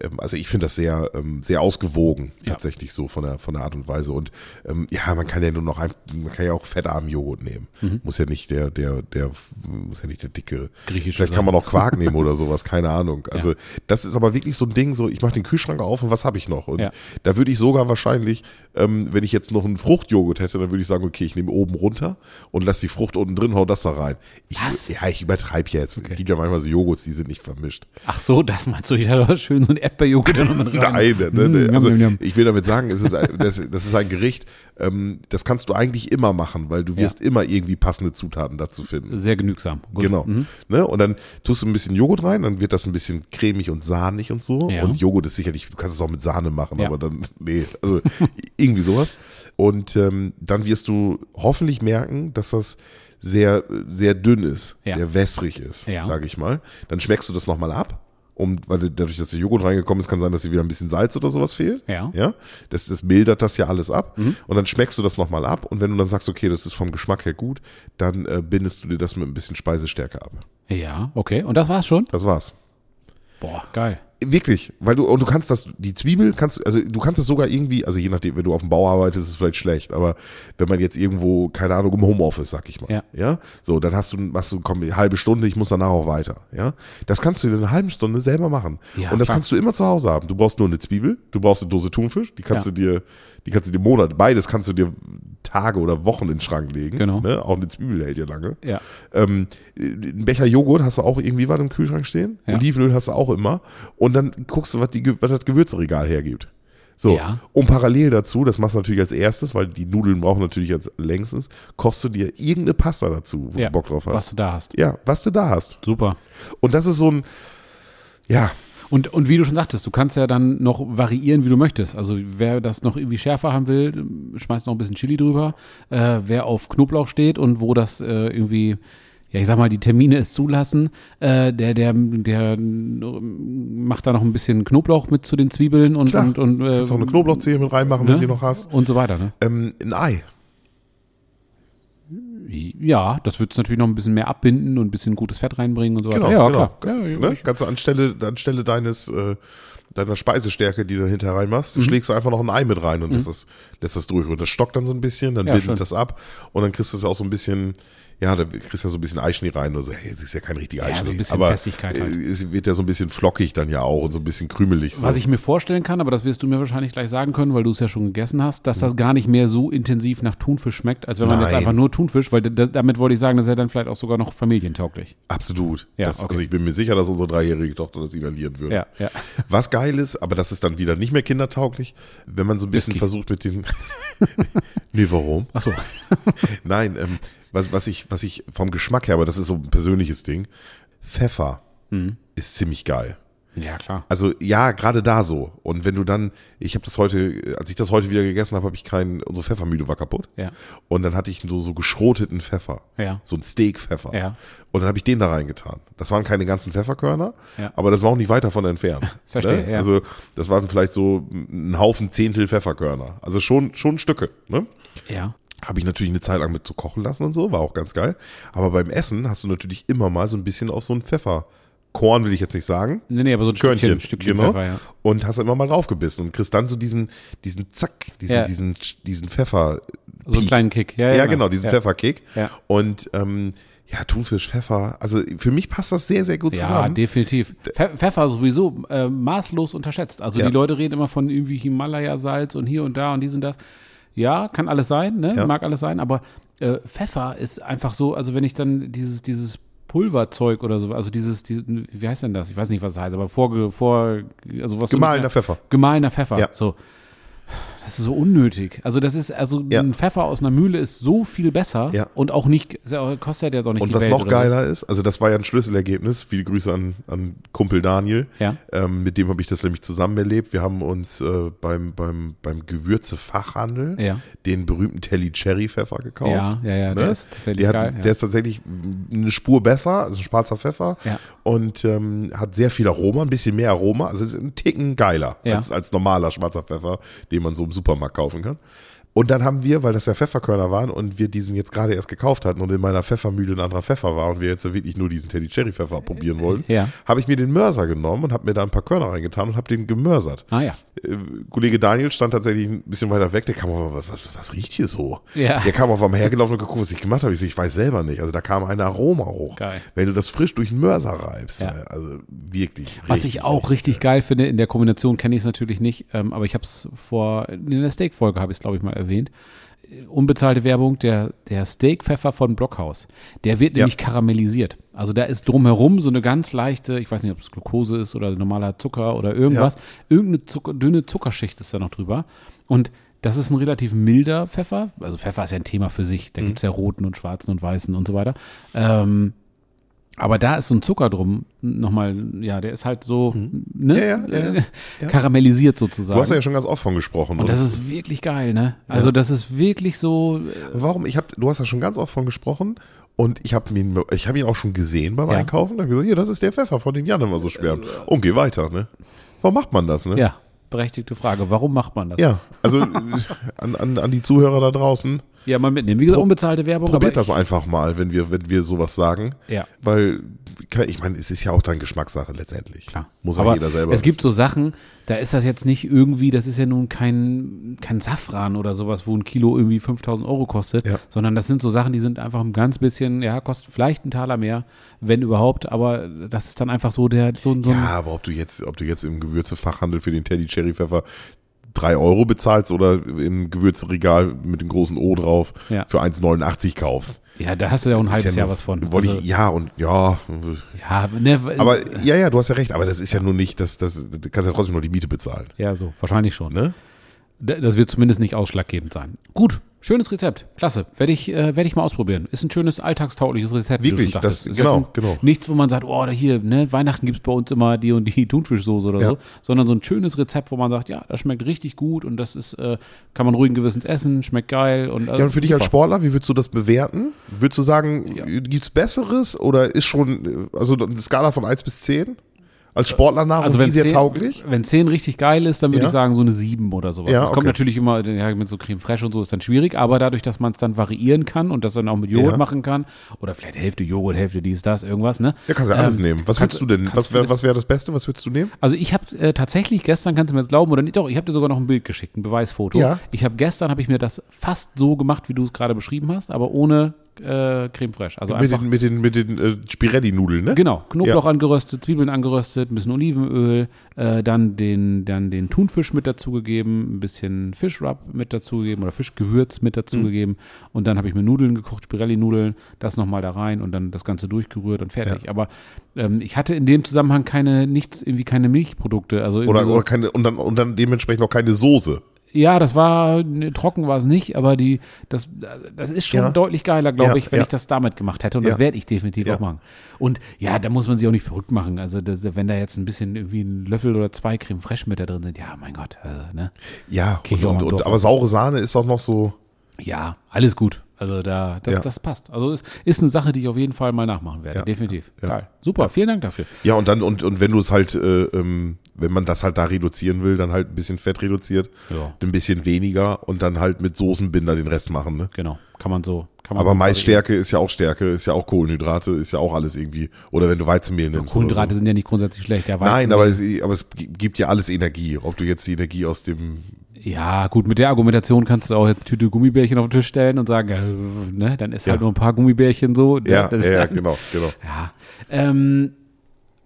ähm, also ich finde das sehr, ähm, sehr ausgewogen, Ja. tatsächlich so von der, von der Art und Weise. Und ähm, ja, man kann ja nur noch ein, man kann ja auch fettarmen Joghurt nehmen. Mhm. Muss ja nicht der, der, der, muss ja nicht der dicke. Griechische Vielleicht kann man auch Quark nehmen oder sowas, keine Ahnung. Also das ist aber wirklich so ein Ding, so ich mache den Kühlschrank auf und was habe ich noch? Und Ja. da würde ich sogar wahrscheinlich, ähm, wenn ich jetzt noch einen Fruchtjoghurt hätte, dann würde ich sagen, okay, ich nehme oben runter und lass die Frucht unten drin, hau das da rein. Ich, Was? Ja, ich übertreibe ja jetzt. Es gibt ja manchmal so Joghurts, die sind nicht vermischt. Ach so, das meinst du, ich hatte doch schön so ein Erdbeerjoghurt da nochmal rein. Nein, ne, ne, Mm, ne. yum, Also, yum, yum. ich will damit sagen, es ist ein, das, das ist ein Gericht, ähm, das kannst du eigentlich immer machen, weil du wirst immer irgendwie passende Zutaten dazu finden. Sehr genügsam. Gut. Mhm. Genau. Ne? Und dann tust du ein bisschen Joghurt rein, dann wird das ein bisschen cremig und sahnig und so. Ja. Und Joghurt ist sicherlich, du kannst es auch mit Sahne machen, Ja. aber dann, nee, also irgendwie sowas. Und ähm, dann wirst du hoffentlich merken, dass das sehr, sehr dünn ist, Ja. sehr wässrig ist, Ja. sage ich mal. Dann schmeckst du das nochmal ab. Um, weil dadurch, dass der Joghurt reingekommen ist, kann sein, dass dir wieder ein bisschen Salz oder sowas fehlt. Ja. ja? Das, das mildert das ja alles ab. Und dann schmeckst du das nochmal ab. Und wenn du dann sagst, okay, das ist vom Geschmack her gut, dann äh, bindest du dir das mit ein bisschen Speisestärke ab. Ja, okay. Und das war's schon? Das war's. Boah, geil. Wirklich, weil du, und du kannst das, die Zwiebel kannst, du- also du kannst das sogar irgendwie, also je nachdem, wenn du auf dem Bau arbeitest, ist es vielleicht schlecht, aber wenn man jetzt irgendwo, keine Ahnung, im Homeoffice, sag ich mal, Ja. so, dann hast du, machst du, komm, eine halbe Stunde, ich muss danach auch weiter, ja, das kannst du in einer halben Stunde selber machen Ja, und das klar. kannst du immer zu Hause haben, du brauchst nur eine Zwiebel, du brauchst eine Dose Thunfisch, die kannst Ja. du dir, die kannst du dir Monate, beides kannst du dir Tage oder Wochen in den Schrank legen, Genau. ne? auch eine Zwiebel hält ja lange, Ja. ähm, einen Becher Joghurt hast du auch irgendwie was im Kühlschrank stehen. Ja. Olivenöl hast du auch immer. Und dann guckst du, was, die, Ge- was das Gewürzregal hergibt. So. Ja. Und parallel dazu, das machst du natürlich als erstes, weil die Nudeln brauchen natürlich als längstens, kochst du dir irgendeine Pasta dazu, wo ja. du Bock drauf hast. Was du da hast. Ja, was du da hast. Super. Und das ist so ein, ja, Und, und wie du schon sagtest, du kannst ja dann noch variieren, wie du möchtest. Also wer das noch irgendwie schärfer haben will, schmeißt noch ein bisschen Chili drüber. Äh, wer auf Knoblauch steht und wo das äh, irgendwie, ja ich sag mal, die Termine es zulassen, äh, der, der, der ähm, macht da noch ein bisschen Knoblauch mit zu den Zwiebeln und, Klar. und, und äh, kannst auch eine Knoblauchzehe mit reinmachen, wenn du die noch hast. und so weiter. Ne? Ähm, ein Ei. Ja, das wird es natürlich noch ein bisschen mehr abbinden und ein bisschen gutes Fett reinbringen und so weiter. Genau, ja, genau. klar. Ja, ja, Ne? Kannst du anstelle, anstelle deines, äh, deiner Speisestärke, die du hinterher Mhm. reinmachst, schlägst du einfach noch ein Ei mit rein und lässt, das, lässt das durch. Und das stockt dann so ein bisschen, dann Ja, bildet schön. das ab und dann kriegst du es auch so ein bisschen, ja, da kriegst du ja so ein bisschen Eischnee rein. Also, hey, das ist ja kein richtiger Ja, Eischnee. so ein bisschen aber Festigkeit halt. äh, Es wird ja so ein bisschen flockig dann ja auch und so ein bisschen krümelig. So. Was ich mir vorstellen kann, aber das wirst du mir wahrscheinlich gleich sagen können, weil du es ja schon gegessen hast, dass das gar nicht mehr so intensiv nach Thunfisch schmeckt, als wenn man jetzt Mhm. Nein. einfach nur Thunfisch, weil da- damit wollte ich sagen, das ist ja dann vielleicht auch sogar noch familientauglich. Absolut. Ja, das, okay. Also ich bin mir sicher, dass unsere dreijährige Tochter das inhalieren würde. Ja, ja. Was geil ist, aber das ist dann wieder nicht mehr kindertauglich, wenn man so ein bisschen Whisky. versucht mit dem. nee, warum? Achso, Nein, ähm, was, was, ich, was ich vom Geschmack her, aber das ist so ein persönliches Ding, Pfeffer ist ziemlich geil. ja klar. Also ja, gerade da so. Und wenn du dann, ich habe das heute, als ich das heute wieder gegessen habe, habe ich keinen, unsere Pfeffermühle war kaputt. Ja. Und dann hatte ich so, so geschroteten Pfeffer. Ja. So ein Steakpfeffer. Ja. Und dann habe ich den da reingetan. Das waren keine ganzen Pfefferkörner, Ja. aber das war auch nicht weit davon entfernt. Verstehe, ne? ja. Also das waren vielleicht so ein Haufen Zehntel Pfefferkörner. Also schon, schon Stücke. Ne? Ja. Habe ich natürlich eine Zeit lang mit zu kochen lassen und so, war auch ganz geil. Aber beim Essen hast du natürlich immer mal so ein bisschen auf so ein Pfefferkorn, will ich jetzt nicht sagen. Nee, nee, aber so ein Körnchen, Stückchen, Stückchen genau. Pfeffer, ja. Und hast dann immer mal draufgebissen und kriegst dann so diesen, diesen Zack, diesen, Ja. diesen, diesen Pfeffer. So einen kleinen Kick. Ja, ja, Ja, genau. genau, diesen Ja. Pfefferkick. Ja. Und ähm, ja, Thunfisch, Pfeffer. Also für mich passt das sehr, sehr gut Ja, zusammen. definitiv. Pfe- Pfeffer sowieso äh, maßlos unterschätzt. Also Ja. die Leute reden immer von irgendwie Himalaya-Salz und hier und da und dies und das. Ja, kann alles sein, ne? Ja. mag alles sein, aber äh, Pfeffer ist einfach so, also wenn ich dann dieses, dieses Pulverzeug oder so, also dieses, diese, wie heißt denn das? Ich weiß nicht, was es heißt, aber vorge, vor, also was Gemahlener so, Pfeffer. Gemahlener Pfeffer, Ja. so. Das ist so unnötig. Also das ist, also Ja. ein Pfeffer aus einer Mühle ist so viel besser Ja. und auch nicht, ist ja auch- kostet ja jetzt auch nicht Und die was Welt noch oder so. geiler ist, also das war ja ein Schlüsselergebnis. Viele Grüße an, an Kumpel Daniel. Ja. Ähm, mit dem habe ich das nämlich zusammen erlebt. Wir haben uns äh, beim, beim, beim Gewürzefachhandel Ja. den berühmten Telly Cherry Pfeffer gekauft. Ja, ja, ja, der ist tatsächlich Ne? der, hat, geil, ja. der ist tatsächlich eine Spur besser, also ein schwarzer Pfeffer. Ja. Und ähm, hat sehr viel Aroma, ein bisschen mehr Aroma. Also ist ein Ticken geiler Ja. als, als normaler schwarzer Pfeffer, den man so im Supermarkt kaufen kann. Und dann haben wir, weil das ja Pfefferkörner waren und wir diesen jetzt gerade erst gekauft hatten und in meiner Pfeffermühle ein anderer Pfeffer war und wir jetzt ja wirklich nur diesen Teddy Cherry Pfeffer probieren wollen, Ja. habe ich mir den Mörser genommen und habe mir da ein paar Körner reingetan und habe den gemörsert. Ah ja. Äh, Kollege Daniel stand tatsächlich ein bisschen weiter weg, der kam auf, was, was, was riecht hier so? Ja. Der kam auf einmal hergelaufen und geguckt, was ich gemacht habe. Ich, so, ich weiß selber nicht. Also da kam ein Aroma hoch. Geil. Wenn du das frisch durch den Mörser reibst. Ja. Ne? Also wirklich. Was ich auch äh, richtig geil finde, in der Kombination kenne ich es natürlich nicht, ähm, aber ich habe es vor, in der Steak-Folge habe ich es, glaube ich, mal erwähnt. Äh, Unbezahlte Werbung, der, der Steak-Pfeffer von Blockhaus, der wird Ja. nämlich karamellisiert. Also da ist drumherum so eine ganz leichte, ich weiß nicht, ob es Glucose ist oder normaler Zucker oder irgendwas, irgendeine Zucker, dünne Zuckerschicht ist da noch drüber. Und das ist ein relativ milder Pfeffer. Also Pfeffer ist ja ein Thema für sich. Mhm. Da gibt's ja roten und schwarzen und weißen und so weiter. Ähm, aber da ist so ein Zucker drum, nochmal, ja, der ist halt so ne? Mhm. Ja, ja, ja, ja. Ja. karamellisiert sozusagen. Du hast ja schon ganz oft von gesprochen. und das ist wirklich geil, ne? Also das ist wirklich so, Warum? Ich hab, du hast ja schon ganz oft von gesprochen und ich habe ihn, ich hab ihn auch schon gesehen beim Ja. Einkaufen. Da habe ich gesagt, hier, das ist der Pfeffer, von dem Jan immer so schwärmt. Und geh weiter, ne? Warum macht man das, ne? äh, ja, berechtigte Frage. Warum macht man das? Ja, also an, an, an die Zuhörer da draußen, Ja, mal mitnehmen. Wie gesagt, unbezahlte Werbung. probiert aber das einfach mal, wenn wir, wenn wir sowas sagen. Ja. Weil, ke- ich meine, es ist ja auch dann Geschmackssache letztendlich. Klar. Muss Aber ja jeder selber Es gibt so Sachen, da ist das jetzt nicht irgendwie, das ist ja nun kein, kein Safran oder sowas, wo ein Kilo irgendwie 5000 Euro kostet, Ja. sondern das sind so Sachen, die sind einfach ein ganz bisschen, ja, kosten vielleicht einen Taler mehr, wenn überhaupt, aber das ist dann einfach so der, so, so ein, Ja, aber ob du jetzt, ob du jetzt im Gewürzefachhandel für den Teddy Cherry Pfeffer drei Euro bezahlst oder im Gewürzregal mit dem großen O drauf Ja. für 1,89 kaufst. ja, da hast du ja auch ein halbes Ist ja Jahr nur- was von. Wollte Also, ich, ja, und ja. ja, ne, Aber ja, ja, du hast ja recht, aber das ist ja nur nicht, dass das, du kannst ja trotzdem nur die Miete bezahlen. ja, so, wahrscheinlich schon. Ne? D- Das wird zumindest nicht ausschlaggebend sein. Gut, schönes Rezept. Klasse. Werde ich, äh, werde ich mal ausprobieren. Ist ein schönes, alltagstaugliches Rezept. wie du Wirklich, schon das- sagtest. Ist genau, jetzt ein, genau. Nichts, wo man sagt, oh, da hier, ne, Weihnachten gibt's bei uns immer die und die Thunfischsoße oder Ja. so, sondern so ein schönes Rezept, wo man sagt, ja, das schmeckt richtig gut und das ist, äh, kann man ruhigen Gewissens essen, schmeckt geil. Und, also, Ja, und für dich als super. Sportler, wie würdest du das bewerten? Würdest du sagen, gibt's Besseres oder ist schon, äh, also eine Skala von 1 bis 10? Als Sportlernahrung Also also wenn wie sehr zehn, tauglich? wenn zehn richtig geil ist, dann würde Ja. ich sagen so eine sieben oder sowas. Ja, das kommt okay. natürlich immer ja, mit so Creme Fraiche und so ist dann schwierig, aber dadurch, dass man es dann variieren kann und das dann auch mit Joghurt Ja. machen kann oder vielleicht Hälfte Joghurt, Hälfte dies, das, irgendwas, ne? Ja, kannst ja alles nehmen. Was kannst- würdest du denn? kannst Was du wäre das- was wär das Beste? Was würdest du nehmen? Also ich habe äh, tatsächlich gestern, kannst du mir jetzt glauben oder nicht, doch, ich habe dir sogar noch ein Bild geschickt, ein Beweisfoto. Ja. Ich habe gestern, habe ich mir das fast so gemacht, wie du es gerade beschrieben hast, aber ohne äh, Creme Fraiche. Also Mit einfach den, mit den, mit den äh, Spirelli-Nudeln, ne? Genau, Knoblauch Ja. angeröstet, Zwiebeln angeröstet, ein bisschen Olivenöl, äh, dann, den, dann den Thunfisch mit dazugegeben, ein bisschen Fischrub mit dazugegeben oder Fischgewürz mit dazugegeben Mhm. und dann habe ich mir Nudeln gekocht, Spirelli-Nudeln, das nochmal da rein und dann das Ganze durchgerührt und fertig. Aber ähm, ich hatte in dem Zusammenhang keine, nichts, irgendwie keine Milchprodukte. Also irgendwie Oder, so, oder keine, und dann, und dann dementsprechend auch keine Soße. ja, das war, ne, trocken war es nicht, aber die, das, das ist schon Ja. deutlich geiler, glaube Ja, ich, wenn ja. ich das damit gemacht hätte. Und Ja. das werde ich definitiv Ja. auch machen. Und ja, da muss man sich auch nicht verrückt machen. Also, das, wenn da jetzt ein bisschen irgendwie ein Löffel oder zwei Creme Fraiche mit da drin sind, ja, mein Gott, also, ne? Ja, Krieg ich auch und, mal und, drauf. und, aber saure Sahne ist auch noch so. Ja, alles gut. Also da, das, Ja. das passt. Also es ist eine Sache, die ich auf jeden Fall mal nachmachen werde. Ja, Definitiv. ja, ja. Geil. Super, vielen Dank dafür. Ja, und dann, und, und wenn du es halt, äh, ähm, wenn man das halt da reduzieren will, dann halt ein bisschen Fett reduziert, Ja. ein bisschen weniger und dann halt mit Soßenbinder den Rest machen, ne? Genau. Kann man so. Kann man Aber so Maisstärke ist ja auch Stärke, ist ja auch Kohlenhydrate, ist ja auch alles irgendwie. Oder wenn du Weizenmehl nimmst. Kohlenhydrate oder sind ja nicht grundsätzlich schlecht. Der so. Nein, Weizen- aber es, aber es gi- gibt ja alles Energie. Ob du jetzt die Energie aus dem. Ja, gut, mit der Argumentation kannst du auch jetzt eine Tüte Gummibärchen auf den Tisch stellen und sagen, äh, ne, dann ist halt Ja. nur ein paar Gummibärchen so. ne, Ja, das ja, ist ja halt- genau, genau. ja. Ähm,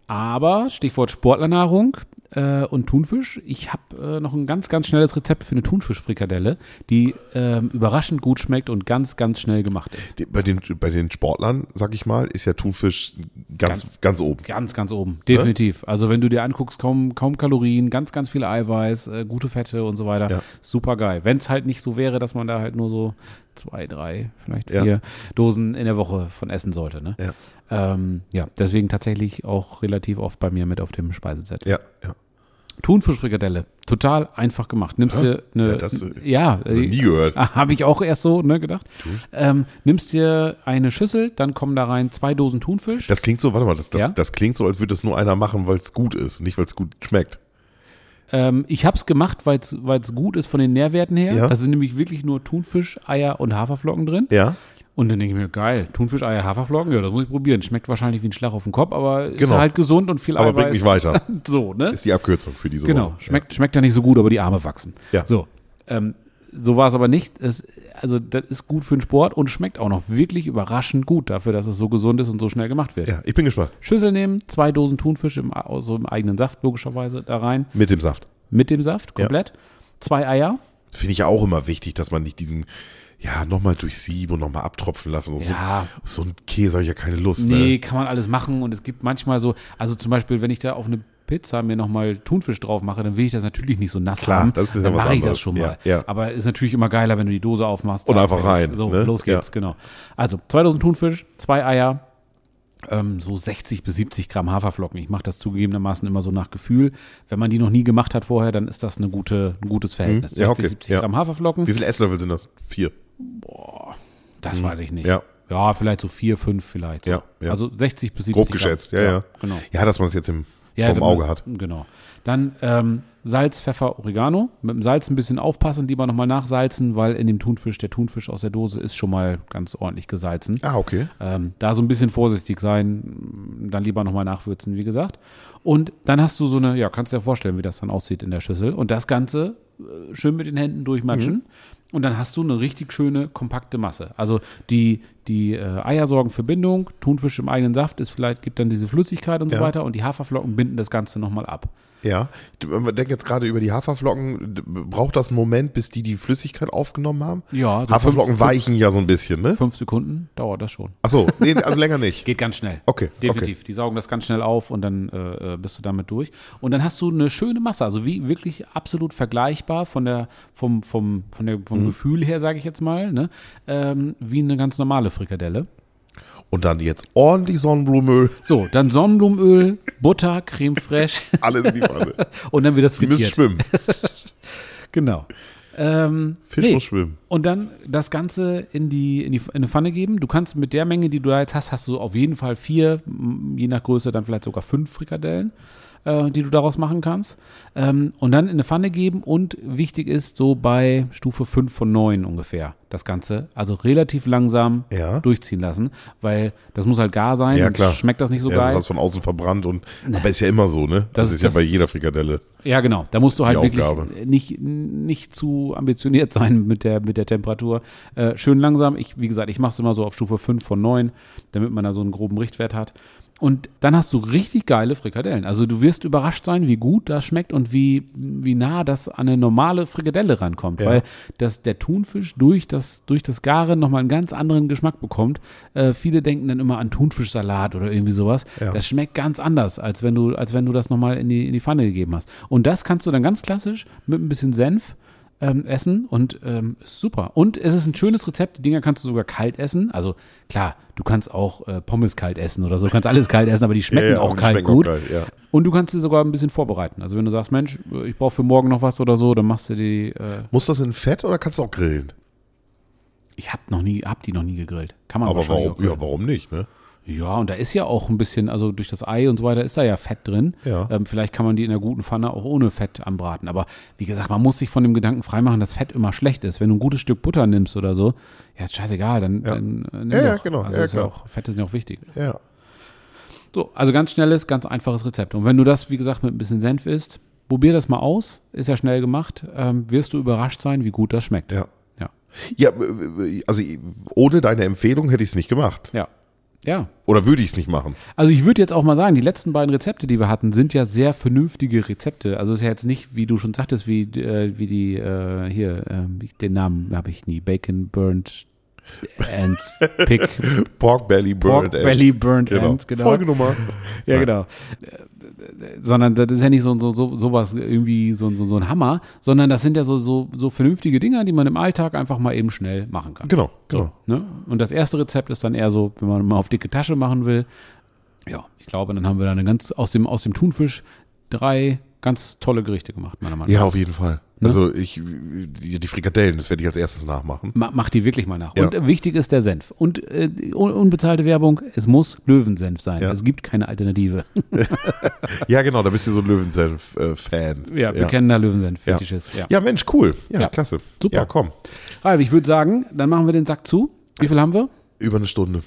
aber Stichwort Sportlernahrung äh, und Thunfisch. Ich habe äh, noch ein ganz, ganz schnelles Rezept für eine Thunfischfrikadelle, die ähm, überraschend gut schmeckt und ganz, ganz schnell gemacht ist. Die- Bei den, bei den Sportlern, sag ich mal, ist ja Thunfisch ganz, ganz, oben. Ganz, ganz Ne? oben, definitiv. Also wenn du dir anguckst, kaum, kaum Kalorien, ganz, ganz viel Eiweiß, äh, gute Fette und so weiter. Ja. Super geil. Wenn es halt nicht so wäre, dass man da halt nur so zwei, drei, vielleicht Ja. vier Dosen in der Woche von essen sollte. Ne? Ja. Ähm, ja, deswegen tatsächlich auch relativ oft bei mir mit auf dem Speiseset. Ja, ja. Thunfischfrikadelle, total einfach gemacht. Nimmst dir eine, Ja, das, äh, ja, Noch nie gehört. habe ich auch erst so ne, gedacht. Ähm, nimmst dir eine Schüssel, dann kommen da rein zwei Dosen Thunfisch. Das klingt so, warte mal, das, das, Ja? das klingt so, als würde das nur einer machen, weil es gut ist, nicht weil es gut schmeckt. Ähm, ich habe es gemacht, weil es gut ist von den Nährwerten her. Ja. Da sind nämlich wirklich nur Thunfisch, Eier und Haferflocken drin. Ja, Und dann denke ich mir, geil, Thunfisch, Eier, Haferflocken, ja, das muss ich probieren. Schmeckt wahrscheinlich wie ein Schlag auf den Kopf, aber ist Genau. halt gesund und viel aber Eiweiß. bringt mich weiter. So, ne? Ist die Abkürzung für diese Genau, Woche. schmeckt, schmeckt ja nicht so gut, aber die Arme wachsen. Ja. So, ähm, so war es aber nicht. Es, also, das ist gut für den Sport und schmeckt auch noch wirklich überraschend gut dafür, dass es so gesund ist und so schnell gemacht wird. Ja. ja, ich bin gespannt. Schüssel nehmen, zwei Dosen Thunfisch im, aus so im eigenen Saft, logischerweise, da rein, Mit dem Saft. mit dem Saft, komplett. Zwei Eier. Finde ich ja auch immer wichtig, dass man nicht diesen, ja, nochmal durchsieben und nochmal abtropfen lassen. So, Ja. so ein Käse habe ich ja keine Lust. Nee, Ne? kann man alles machen und es gibt manchmal so, also zum Beispiel, wenn ich da auf eine Pizza mir nochmal Thunfisch drauf mache, dann will ich das natürlich nicht so nass Klar, haben. das ist ja dann was mache ich anderes. das schon mal. Ja, ja. Aber ist natürlich immer geiler, wenn du die Dose aufmachst. Und zack, einfach fertig. rein, So, ne? los geht's, Ja. genau. Also 2000 Thunfisch, zwei Eier, ähm, so 60 bis 70 Gramm Haferflocken. Ich mache das zugegebenermaßen immer so nach Gefühl. Wenn man die noch nie gemacht hat vorher, dann ist das eine gute, ein gutes Verhältnis. Hm? ja, okay, 60, 70 ja. Gramm Haferflocken. Wie viele Esslöffel sind das? Vier. Das weiß ich nicht. Mhm. Ja. Ja, vielleicht so vier, fünf vielleicht. so. Ja, ja. Also 60 bis 70 Grob Gramm. geschätzt, ja, ja. Ja, Genau. dass man es jetzt im, Ja, vorm dann- Auge hat. Genau. Dann ähm, Salz, Pfeffer, Oregano. Mit dem Salz ein bisschen aufpassen, lieber nochmal nachsalzen, weil in dem Thunfisch, der Thunfisch aus der Dose ist schon mal ganz ordentlich gesalzen. Ah, okay. Ähm, da so ein bisschen vorsichtig sein, dann lieber nochmal nachwürzen, wie gesagt. Und dann hast du so eine, ja, kannst dir ja vorstellen, wie das dann aussieht in der Schüssel. Und das Ganze äh, schön mit den Händen durchmatschen. Und dann hast du eine richtig schöne, kompakte Masse. Also die, die äh, Eier sorgen für Bindung, Thunfisch im eigenen Saft ist vielleicht, gibt dann diese Flüssigkeit und so Ja. weiter. Und die Haferflocken binden das Ganze nochmal ab. Ja. Ich denke jetzt gerade über die Haferflocken. D- Braucht das einen Moment, bis die die Flüssigkeit aufgenommen haben? Ja, so Haferflocken fünf- weichen ja so ein bisschen, ne? Fünf Sekunden dauert das schon. Ach so, nee, also länger nicht. Geht ganz schnell. Okay, Definitiv. Die saugen das ganz schnell auf und dann äh, äh, bist du damit durch. Und dann hast du eine schöne Masse, also wie wirklich absolut vergleichbar von der, vom, vom, von der, Mhm. vom Gefühl her, sage ich jetzt mal, ne? ähm, wie eine ganz normale Frikadelle. Und dann jetzt ordentlich Sonnenblumenöl, So, dann Sonnenblumenöl, Butter, Creme fraiche alles in die Pfanne. und dann wird das Die müssen frittiert. schwimmen. Genau. Ähm, Fisch nee. muss schwimmen. Und dann das Ganze in die, in die in eine Pfanne geben. Du kannst mit der Menge, die du da jetzt hast, hast du auf jeden Fall vier, m, je nach Größe dann vielleicht sogar fünf Frikadellen, äh, die du daraus machen kannst. Ähm, und dann in eine Pfanne geben und wichtig ist so bei Stufe 5 von 9 ungefähr das Ganze. Also relativ langsam Ja. durchziehen lassen, weil das muss halt gar sein. Ja, sonst klar. Schmeckt das nicht so ja, geil. das ist von außen verbrannt und aber ist ja immer so, ne? Das, Das- ist ja das- bei jeder Frikadelle. Ja, genau. Da musst du halt wirklich Aufgabe. nicht, nicht zu ambitioniert sein mit der, mit der Temperatur. Äh, schön langsam. Ich, wie gesagt, ich mache es immer so auf Stufe 5 von 9, damit man da so einen groben Richtwert hat. Und dann hast du richtig geile Frikadellen. Also du wirst überrascht sein, wie gut das schmeckt und wie, wie nah das an eine normale Frikadelle rankommt. Weil das, der Thunfisch durch das, durch das Garen nochmal einen ganz anderen Geschmack bekommt. Äh, viele denken dann immer an Thunfischsalat oder irgendwie sowas. Ja. Das schmeckt ganz anders, als wenn du, als wenn du das nochmal in die, in die Pfanne gegeben hast. Und das kannst du dann ganz klassisch mit ein bisschen Senf ähm, essen und ähm, ist super. Und es ist ein schönes Rezept. Die Dinger kannst du sogar kalt essen. Also klar, du kannst auch äh, Pommes kalt essen oder so. Du kannst alles kalt essen, aber die schmecken Ja, ja, auch die kalt schmecken auch gut. geil, ja. Und du kannst sie sogar ein bisschen vorbereiten. Also wenn du sagst, Mensch, ich brauche für morgen noch was oder so, dann machst du die. Äh, Muss das in Fett oder kannst du auch grillen? ich habe noch nie, hab die noch nie gegrillt. Kann man Aber wahrscheinlich warum, auch ja, warum nicht, ne? Ja, und da ist ja auch ein bisschen, also durch das Ei und so weiter ist da ja Fett drin. Ja. Ähm, vielleicht kann man die in einer guten Pfanne auch ohne Fett anbraten. Aber wie gesagt, man muss sich von dem Gedanken freimachen, dass Fett immer schlecht ist. Wenn du ein gutes Stück Butter nimmst oder so, ja, ist scheißegal, dann, dann äh, nimm Ja, ja, doch. genau. Also Ja, ist ja klar. auch, Fett ist ja auch wichtig. Ja. So, also ganz schnelles, ganz einfaches Rezept. Und wenn du das, wie gesagt, mit ein bisschen Senf isst, probier das mal aus. Ist ja schnell gemacht. Ähm, wirst du überrascht sein, wie gut das schmeckt. Ja. Ja. Ja, äh, also äh, ohne deine Empfehlung hätte ich es nicht gemacht. Ja. ja. Oder würde ich es nicht machen. Also ich würde jetzt auch mal sagen, die letzten beiden Rezepte, die wir hatten, sind ja sehr vernünftige Rezepte. Also es ist ja jetzt nicht, wie du schon sagtest, wie, äh, wie die äh, hier, ähm, ich- den Namen habe ich nie, Bacon Burnt Ants Pick Pork Belly Pork Burned Belly Burnt genau. Ants, genau. Folgenummer. Ja, genau. Äh, äh, Sondern das ist ja nicht so, so, so, sowas irgendwie so, so, so ein Hammer, sondern das sind ja so, so, so vernünftige Dinger, die man im Alltag einfach mal eben schnell machen kann. Genau, genau. Ne? Und das erste Rezept ist dann eher so, wenn man mal auf dicke Tasche machen will. Ja, ich glaube, dann haben wir dann eine ganz aus dem, aus dem Thunfisch drei ganz tolle Gerichte gemacht, meiner Meinung nach. Ja, auf jeden Fall. Ne? Also ich, die die Frikadellen, das werde ich als erstes nachmachen. Ma mach die wirklich mal nach. Ja. Und äh, wichtig ist der Senf. Und äh, un unbezahlte Werbung, es muss Löwensenf sein. Ja. Es gibt keine Alternative. Ja, genau, da bist du so ein Löwensenf-Fan. Ja, bekennender Löwensenf-Fetischist. Ja. Ja, Mensch, cool. Ja, Ja. klasse. Super. Ja, komm. Ralf, ich würde sagen, dann machen wir den Sack zu. Wie viel haben wir? Über eine Stunde.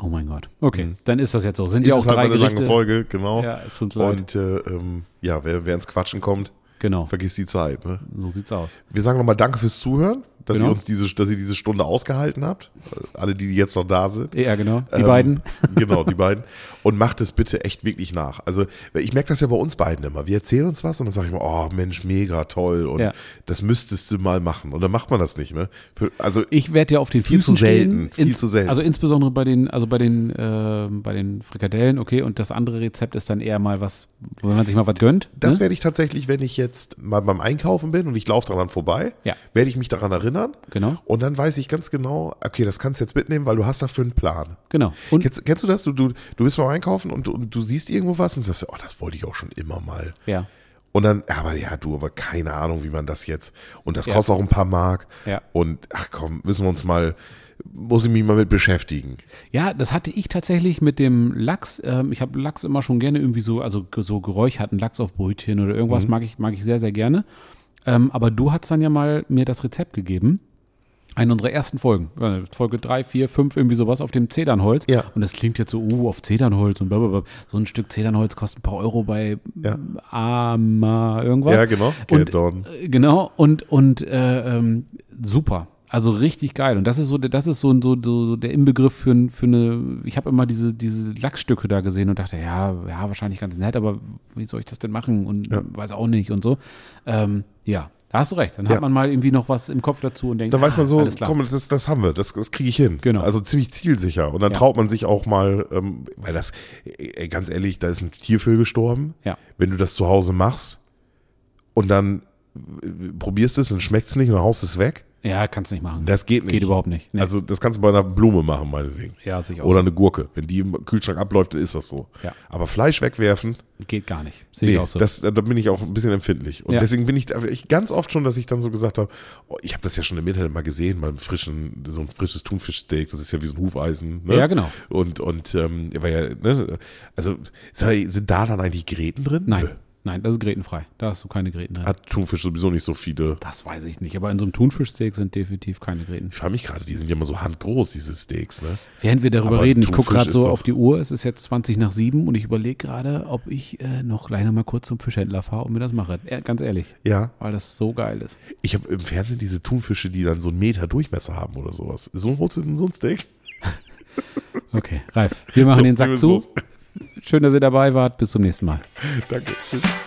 Oh mein Gott. Okay, dann ist das jetzt so. Sind ja Mhm. Ist auch es halt drei mal eine Gerichte. lange Folge, genau. Ja, es tut uns leid. Und äh, ähm, ja, wer, wer ins Quatschen kommt, Genau, vergisst die Zeit. Ne? so sieht's aus. Wir sagen nochmal Danke fürs Zuhören, dass Genau. ihr uns diese, dass ihr diese Stunde ausgehalten habt. Äh, Alle, die jetzt noch da sind. Ja, genau. Die Ähm, beiden. genau, die beiden. Und macht es bitte echt wirklich nach. Also, weil ich merke das ja bei uns beiden immer. Wir erzählen uns was und dann sage ich mal, oh Mensch, mega toll. Und Ja. das müsstest du mal machen. Und dann macht man das nicht, ne? Für- Also, Ich werde ja auf den Viel Füßen zu selten, Stehen, viel Ins- zu selten. Also insbesondere bei den, also bei den, ähm, bei den Frikadellen, okay. Und das andere Rezept ist dann eher mal was, wenn man sich mal was gönnt. das ne? werde ich tatsächlich, wenn ich jetzt mal beim Einkaufen bin und ich laufe daran vorbei, Ja. werde ich mich daran erinnern. Genau. Und dann weiß ich ganz genau, okay, das kannst du jetzt mitnehmen, weil du hast dafür einen Plan. Genau. Und Kennst, kennst du das? Du, du, du bist beim Einkaufen und, und du siehst irgendwo was und sagst, oh, das wollte ich auch schon immer mal. ja. Und dann, ja, aber ja, du, aber keine Ahnung, wie man das jetzt. Und das Ja. kostet auch ein paar Mark. Ja. Und ach komm, müssen wir uns mal, muss ich mich mal mit beschäftigen. Ja, das hatte ich tatsächlich mit dem Lachs. Ähm, ich habe Lachs immer schon gerne irgendwie so, also ge- so geräucherten Lachs auf Brötchen oder irgendwas Mhm. mag ich mag ich sehr sehr gerne. Ähm, aber du hast dann ja mal mir das Rezept gegeben. Eine unserer ersten Folgen, äh, Folge 3, 4, 5, irgendwie sowas auf dem Zedernholz. Ja. Und das klingt jetzt so, uh, auf Zedernholz und blablabla. So ein Stück Zedernholz kostet ein paar Euro bei Ja. Ama irgendwas. Ja, genau. Und, Gedon. äh, genau, und, und äh, ähm, super. Also richtig geil. Und das ist so, das ist so, so, so der Inbegriff für, n- für eine. Ich habe immer diese, diese Lackstücke da gesehen und dachte, ja, ja, wahrscheinlich ganz nett, aber wie soll ich das denn machen? Und weiß auch nicht und so. Ähm, ja, da hast du recht. Dann Ja. hat man mal irgendwie noch was im Kopf dazu und denkt, Dann weiß man ah, so, alles klar. komm, das, das haben wir, das, das kriege ich hin. Genau. Also ziemlich zielsicher. Und dann Ja. traut man sich auch mal, ähm, weil das, äh, ganz ehrlich, da ist ein Tier für gestorben. Ja. Wenn du das zu Hause machst und dann äh, probierst es, dann schmeckt es nicht und dann haust es weg. Ja, kannst nicht machen. Das geht nicht. Geht überhaupt nicht. Nee. Also das kannst du bei einer Blume machen, meinetwegen. Ja, sehe ich auch Oder eine Gurke. Wenn die im Kühlschrank abläuft, dann ist das so. Ja. Aber Fleisch wegwerfen, Geht gar nicht. Sehe nee, ich auch so. das, da bin ich auch ein bisschen empfindlich. Und Ja. deswegen bin ich, da- ich ganz oft schon, dass ich dann so gesagt habe, oh, ich habe das ja schon im Internet mal gesehen, beim frischen, so ein frisches Thunfischsteak, das ist ja wie so ein Hufeisen. Ne? Ja, genau. Und, und ähm, weil ja, ne, also sei- sind da dann eigentlich Gräten drin? Nö. Nein, nein, das ist grätenfrei. Da hast du keine Gräten drin. Hat Thunfisch sowieso nicht so viele. Das weiß ich nicht, aber in so einem Thunfischsteak sind definitiv keine Gräten. Ich frage mich gerade, die sind ja immer so handgroß, diese Steaks, ne? Während wir darüber Aber reden, ich gucke Thunfisch gerade ist so doch- auf die Uhr, es ist jetzt 20 nach 7 und ich überlege gerade, ob ich äh, noch gleich nochmal kurz zum Fischhändler fahre und mir das mache. Äh, ganz ehrlich, Ja. weil das so geil ist. Ich habe im Fernsehen diese Thunfische, die dann so einen Meter Durchmesser haben oder sowas. So groß ist denn so ein Steak? Okay, Ralf, wir machen So, den wir Sack müssen zu. los. Schön, dass ihr dabei wart. Bis zum nächsten Mal. Danke. Tschüss.